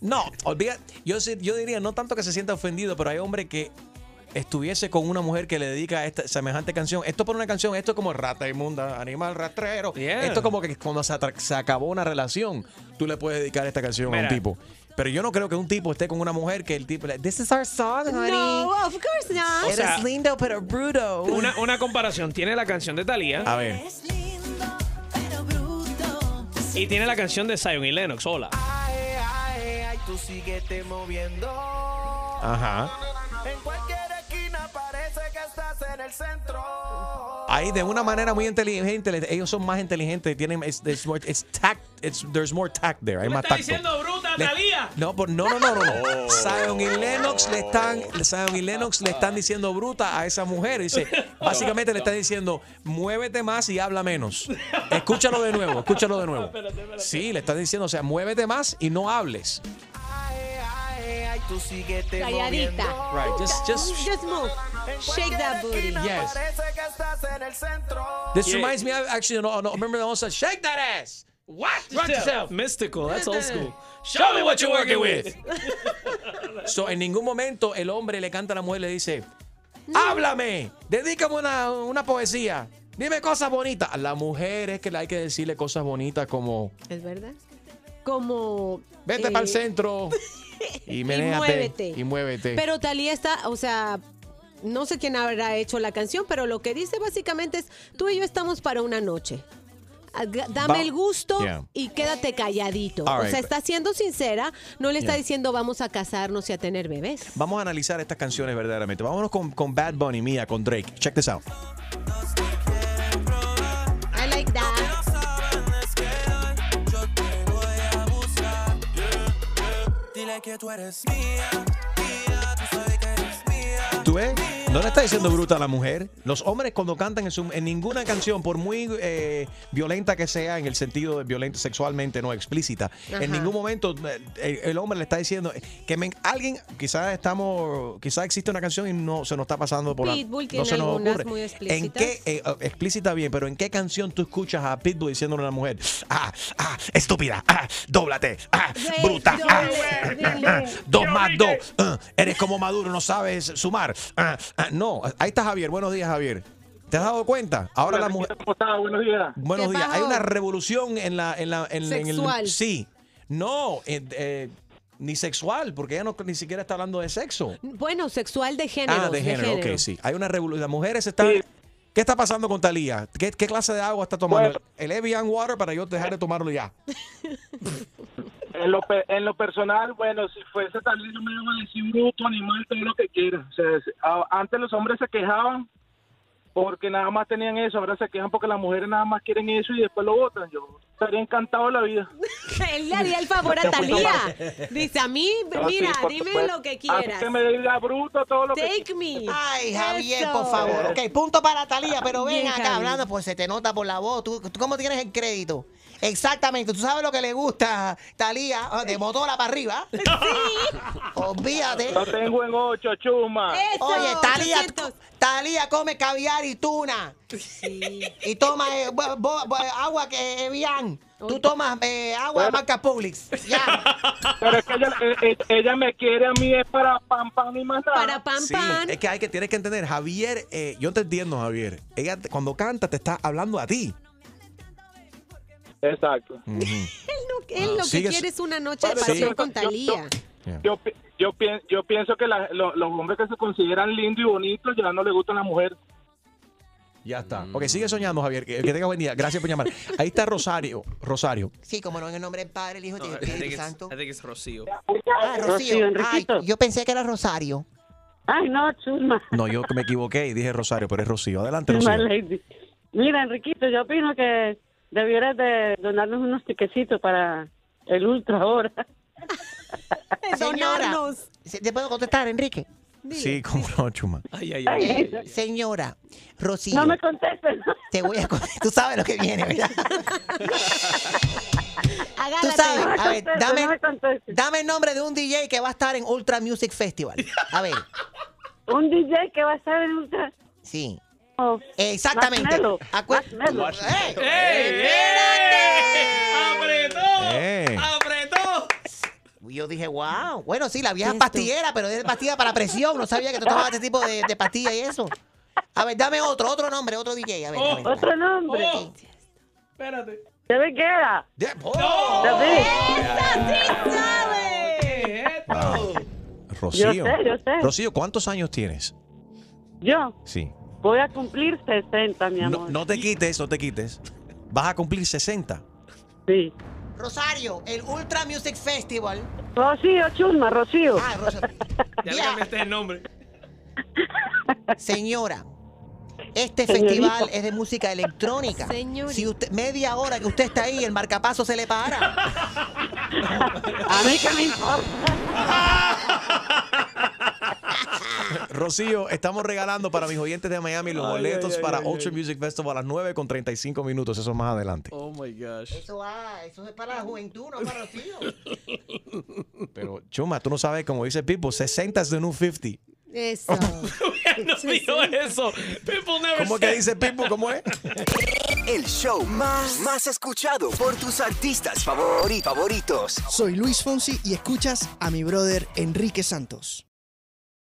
[SPEAKER 1] No, olvida, yo, sí- yo diría, no tanto que se sienta ofendido, pero hay hombre que estuviese con una mujer que le dedica esta semejante canción. Esto por una canción, esto es como rata inmunda, animal rastrero. Esto es como que cuando se, atra- se acabó una relación, tú le puedes dedicar esta canción a
[SPEAKER 6] Mira.
[SPEAKER 1] un tipo. Pero yo no creo que un tipo esté con una mujer que el tipo le This is our song, honey.
[SPEAKER 4] No, Oh, of course not.
[SPEAKER 1] O sea, lindo, pero bruto.
[SPEAKER 6] Una, una comparación. Tiene la canción de Thalía.
[SPEAKER 1] A ver.
[SPEAKER 6] Y tiene la canción de Zion y Lennox. Hola.
[SPEAKER 13] tú síguete moviendo.
[SPEAKER 1] Ajá.
[SPEAKER 13] En cualquier esquina parece que estás en el centro.
[SPEAKER 1] Ahí de una manera muy inteligente, le- ellos son más inteligentes, tienen it's, it's more, it's tact, it's, there's more tact there, hay más
[SPEAKER 6] está
[SPEAKER 1] tacto.
[SPEAKER 6] diciendo bruta,
[SPEAKER 1] Le-
[SPEAKER 6] Thalía?
[SPEAKER 1] No, por- no, no, no, no. no. Zion y Lennox le están, Zion y Lennox le están diciendo bruta a esa mujer, dice, básicamente le están diciendo, muévete más y habla menos. Escúchalo de nuevo, escúchalo de nuevo. Sí, le están diciendo, o sea, muévete más y no hables.
[SPEAKER 13] Ay, tú síguete
[SPEAKER 4] Calladita.
[SPEAKER 13] moviendo.
[SPEAKER 1] Right, just- just-
[SPEAKER 4] Just move. Shake that booty.
[SPEAKER 1] Yes.
[SPEAKER 13] Parece que estás en el centro.
[SPEAKER 1] This reminds me, I actually, no, no, remember the whole song, shake that ass. What? Rock yourself.
[SPEAKER 6] Mystical. That's old school.
[SPEAKER 1] Show me what you're working with. So, en ningún momento el hombre le canta a la mujer y le dice, háblame, dedícame una, una poesía, dime cosas bonitas. A la mujer es que le hay que decirle cosas bonitas como,
[SPEAKER 4] ¿Es verdad? Como...
[SPEAKER 1] vete
[SPEAKER 4] eh,
[SPEAKER 1] para el centro y menéate
[SPEAKER 4] muévete.
[SPEAKER 1] Y muévete.
[SPEAKER 4] Pero Talía está, o sea, no sé quién habrá hecho la canción, pero lo que dice básicamente es, tú y yo estamos para una noche. Ag- Dame
[SPEAKER 1] Va-
[SPEAKER 4] el gusto
[SPEAKER 1] Yeah.
[SPEAKER 4] y quédate calladito.
[SPEAKER 1] All
[SPEAKER 4] O
[SPEAKER 1] right,
[SPEAKER 4] sea,
[SPEAKER 1] but-
[SPEAKER 4] está siendo sincera, no le está
[SPEAKER 1] Yeah.
[SPEAKER 4] diciendo vamos a casarnos y a tener bebés.
[SPEAKER 1] Vamos a analizar estas canciones verdaderamente. Vámonos con, con Bad Bunny, mía, con Drake. Check this out.
[SPEAKER 4] I like that.
[SPEAKER 10] Dile que tú eres mía.
[SPEAKER 1] ¿Tú ves? No le está diciendo bruta a la mujer. Los hombres cuando cantan en, su- en ninguna canción, por muy eh, violenta que sea, en el sentido de violenta sexualmente, no explícita,
[SPEAKER 30] Ajá.
[SPEAKER 1] en ningún momento eh, el, el hombre le está diciendo eh, que me- alguien, quizás estamos, quizás existe una canción y no se nos está pasando por la-
[SPEAKER 4] Pitbull
[SPEAKER 1] no
[SPEAKER 4] tiene
[SPEAKER 1] se nos
[SPEAKER 4] algunas
[SPEAKER 1] ocurre.
[SPEAKER 4] muy
[SPEAKER 1] ¿En qué eh, eh, explícita bien, pero en qué canción tú escuchas a Pitbull diciéndole a una mujer, ah, ah, estúpida, ah, dóblate, ah,
[SPEAKER 10] Güey,
[SPEAKER 1] bruta, ah,
[SPEAKER 10] dile,
[SPEAKER 1] ah, ah, dos más dos, ah, eres como Maduro, no sabes sumar. ah, ah, no, ahí está Javier, buenos días Javier. ¿Te has dado cuenta? Ahora la mujer...
[SPEAKER 14] Buenos días.
[SPEAKER 1] Buenos
[SPEAKER 14] ¿Qué
[SPEAKER 1] días. Hay
[SPEAKER 14] pasó?
[SPEAKER 1] una revolución en la, en la, en, en
[SPEAKER 14] Sexual.
[SPEAKER 1] el, sí. No, eh, eh, ni sexual, porque ella no ni siquiera está hablando de sexo.
[SPEAKER 4] Bueno, sexual de género.
[SPEAKER 1] ah, de género, ok, sí. Hay una revolución. Las mujeres están. ¿Qué está pasando con Talía? ¿Qué, qué clase de agua está tomando?
[SPEAKER 14] Pues-
[SPEAKER 1] el Evian Water para yo dejar de tomarlo ya.
[SPEAKER 14] En lo, pe- en lo personal, bueno, si fuese tal vez yo me iba a decir bruto, animal, todo lo que quiera. O sea, es- a- antes los hombres se quejaban porque nada más tenían eso, ahora se quejan porque las mujeres nada más quieren eso y después lo votan. Yo estaría encantado de la vida.
[SPEAKER 4] Él le haría el favor a Talía. Dice a mí, mira, dime lo que quieras.
[SPEAKER 14] Ah, Que me diga bruto, todo lo que
[SPEAKER 4] Take me.
[SPEAKER 5] Ay, Javier,
[SPEAKER 4] Eso.
[SPEAKER 5] por favor. Ok, punto para Talía, pero ven
[SPEAKER 4] Bien,
[SPEAKER 5] acá
[SPEAKER 4] Javier.
[SPEAKER 5] hablando, pues se te nota por la voz. ¿Tú, tú cómo tienes el crédito? Exactamente, tú sabes lo que le gusta a Talía, ah, de motora para arriba. Olvídate.
[SPEAKER 14] Lo tengo en ocho, chuma.
[SPEAKER 5] Oye, Talía, Talía come caviar y tuna. Y toma eh, bo- bo- bo- agua que es bien. Tú tomas eh, agua de marca Publix.
[SPEAKER 14] Pero es que ella, eh, eh, ella me quiere a mí, es para pan, pan y más nada.
[SPEAKER 1] Sí, es que hay que tienes que entender, Javier, eh, yo te entiendo, Javier. Ella te- cuando canta te está hablando a ti.
[SPEAKER 14] Exacto.
[SPEAKER 1] Mm-hmm.
[SPEAKER 4] Él, no- él lo que
[SPEAKER 14] Sigue-
[SPEAKER 4] quiere es una noche de
[SPEAKER 14] Bueno,
[SPEAKER 4] pasión
[SPEAKER 14] sí.
[SPEAKER 4] con Talía.
[SPEAKER 14] Yo, pi- yo, pien- yo pienso que la- lo- los hombres que se consideran lindos y bonitos ya no le gustan a la mujer.
[SPEAKER 1] Ya está. Ok, sigue soñando, Javier. Que, que tenga buen día. Gracias por llamar. Ahí está Rosario. Rosario.
[SPEAKER 5] Sí, como no, en el nombre del Padre, el Hijo y
[SPEAKER 22] No,
[SPEAKER 5] el
[SPEAKER 22] I think
[SPEAKER 5] Espíritu
[SPEAKER 22] it's-
[SPEAKER 5] Santo.
[SPEAKER 22] I think it's Rocío.
[SPEAKER 5] Ah, Rocío.
[SPEAKER 22] Rocío,
[SPEAKER 5] Ay,
[SPEAKER 22] Enriquito.
[SPEAKER 5] yo pensé que era Rosario. Ay, no, chusma.
[SPEAKER 1] No, yo me equivoqué y dije Rosario, pero es Rocío. Adelante, Rocío.
[SPEAKER 17] Lady. Mira, Enriquito, yo opino que debieras de donarnos unos tiquecitos para el ultra ahora.
[SPEAKER 5] Señora, ¿se- ¿te puedo contestar, Enrique?
[SPEAKER 1] Sí, como no, chuma.
[SPEAKER 5] Señora, Rocío. No me contestes. Te voy a contestar. Tú sabes lo que viene, ¿verdad? Tú sabes. A ver, dame, dame el nombre de un DJ que va a estar en Ultra Music Festival. A ver. ¿Un DJ que va a estar en Ultra? Oh, Sí. Exactamente.
[SPEAKER 17] Marshmello,
[SPEAKER 5] Acuer- ¡Ey!
[SPEAKER 1] Eh.
[SPEAKER 5] ¡Apretó! Yo dije, wow. Bueno, sí, la vieja es pastillera, pero es pastilla para presión. No sabía que tú tomabas este tipo de, de pastilla y eso. A ver, dame otro, otro nombre, otro DJ. A ver, a ver. Oh.
[SPEAKER 17] Otro nombre.
[SPEAKER 22] Espérate.
[SPEAKER 17] ¿Sabes qué era?
[SPEAKER 1] Eh, Rocío.
[SPEAKER 17] Yo sé, yo sé.
[SPEAKER 1] Rocío, ¿cuántos años tienes?
[SPEAKER 17] Yo
[SPEAKER 1] Sí.
[SPEAKER 17] voy a cumplir 60, mi amor.
[SPEAKER 1] No, no te quites, no te quites. Vas a cumplir 60.
[SPEAKER 17] Sí.
[SPEAKER 5] Rosario, el Ultra Music Festival.
[SPEAKER 17] Rocío, chusma, Rocío.
[SPEAKER 5] Ah, Rosario.
[SPEAKER 22] Este es el nombre.
[SPEAKER 5] Señora, este
[SPEAKER 17] Señorita.
[SPEAKER 5] festival es de música electrónica. Si usted media hora que usted está ahí, el marcapaso se le para. A mí que me
[SPEAKER 1] Rocío, estamos regalando para mis oyentes de Miami los
[SPEAKER 22] Ay,
[SPEAKER 1] boletos
[SPEAKER 22] ay, ay,
[SPEAKER 1] para
[SPEAKER 22] ay,
[SPEAKER 1] Ultra Music Festival a las 9 con 35 minutos. Eso es más adelante.
[SPEAKER 22] Oh my gosh.
[SPEAKER 5] Eso, ah, eso es para la juventud, no para los tíos.
[SPEAKER 1] Pero, Chuma, tú no sabes, como dice Pipo, 60 es de new 50.
[SPEAKER 4] Eso.
[SPEAKER 22] no digo eso. People never
[SPEAKER 1] ¿Cómo que dice Pipo? ¿Cómo es?
[SPEAKER 13] El show más, más escuchado por tus artistas favori- favoritos.
[SPEAKER 6] Soy Luis Fonsi y escuchas a mi brother Enrique Santos.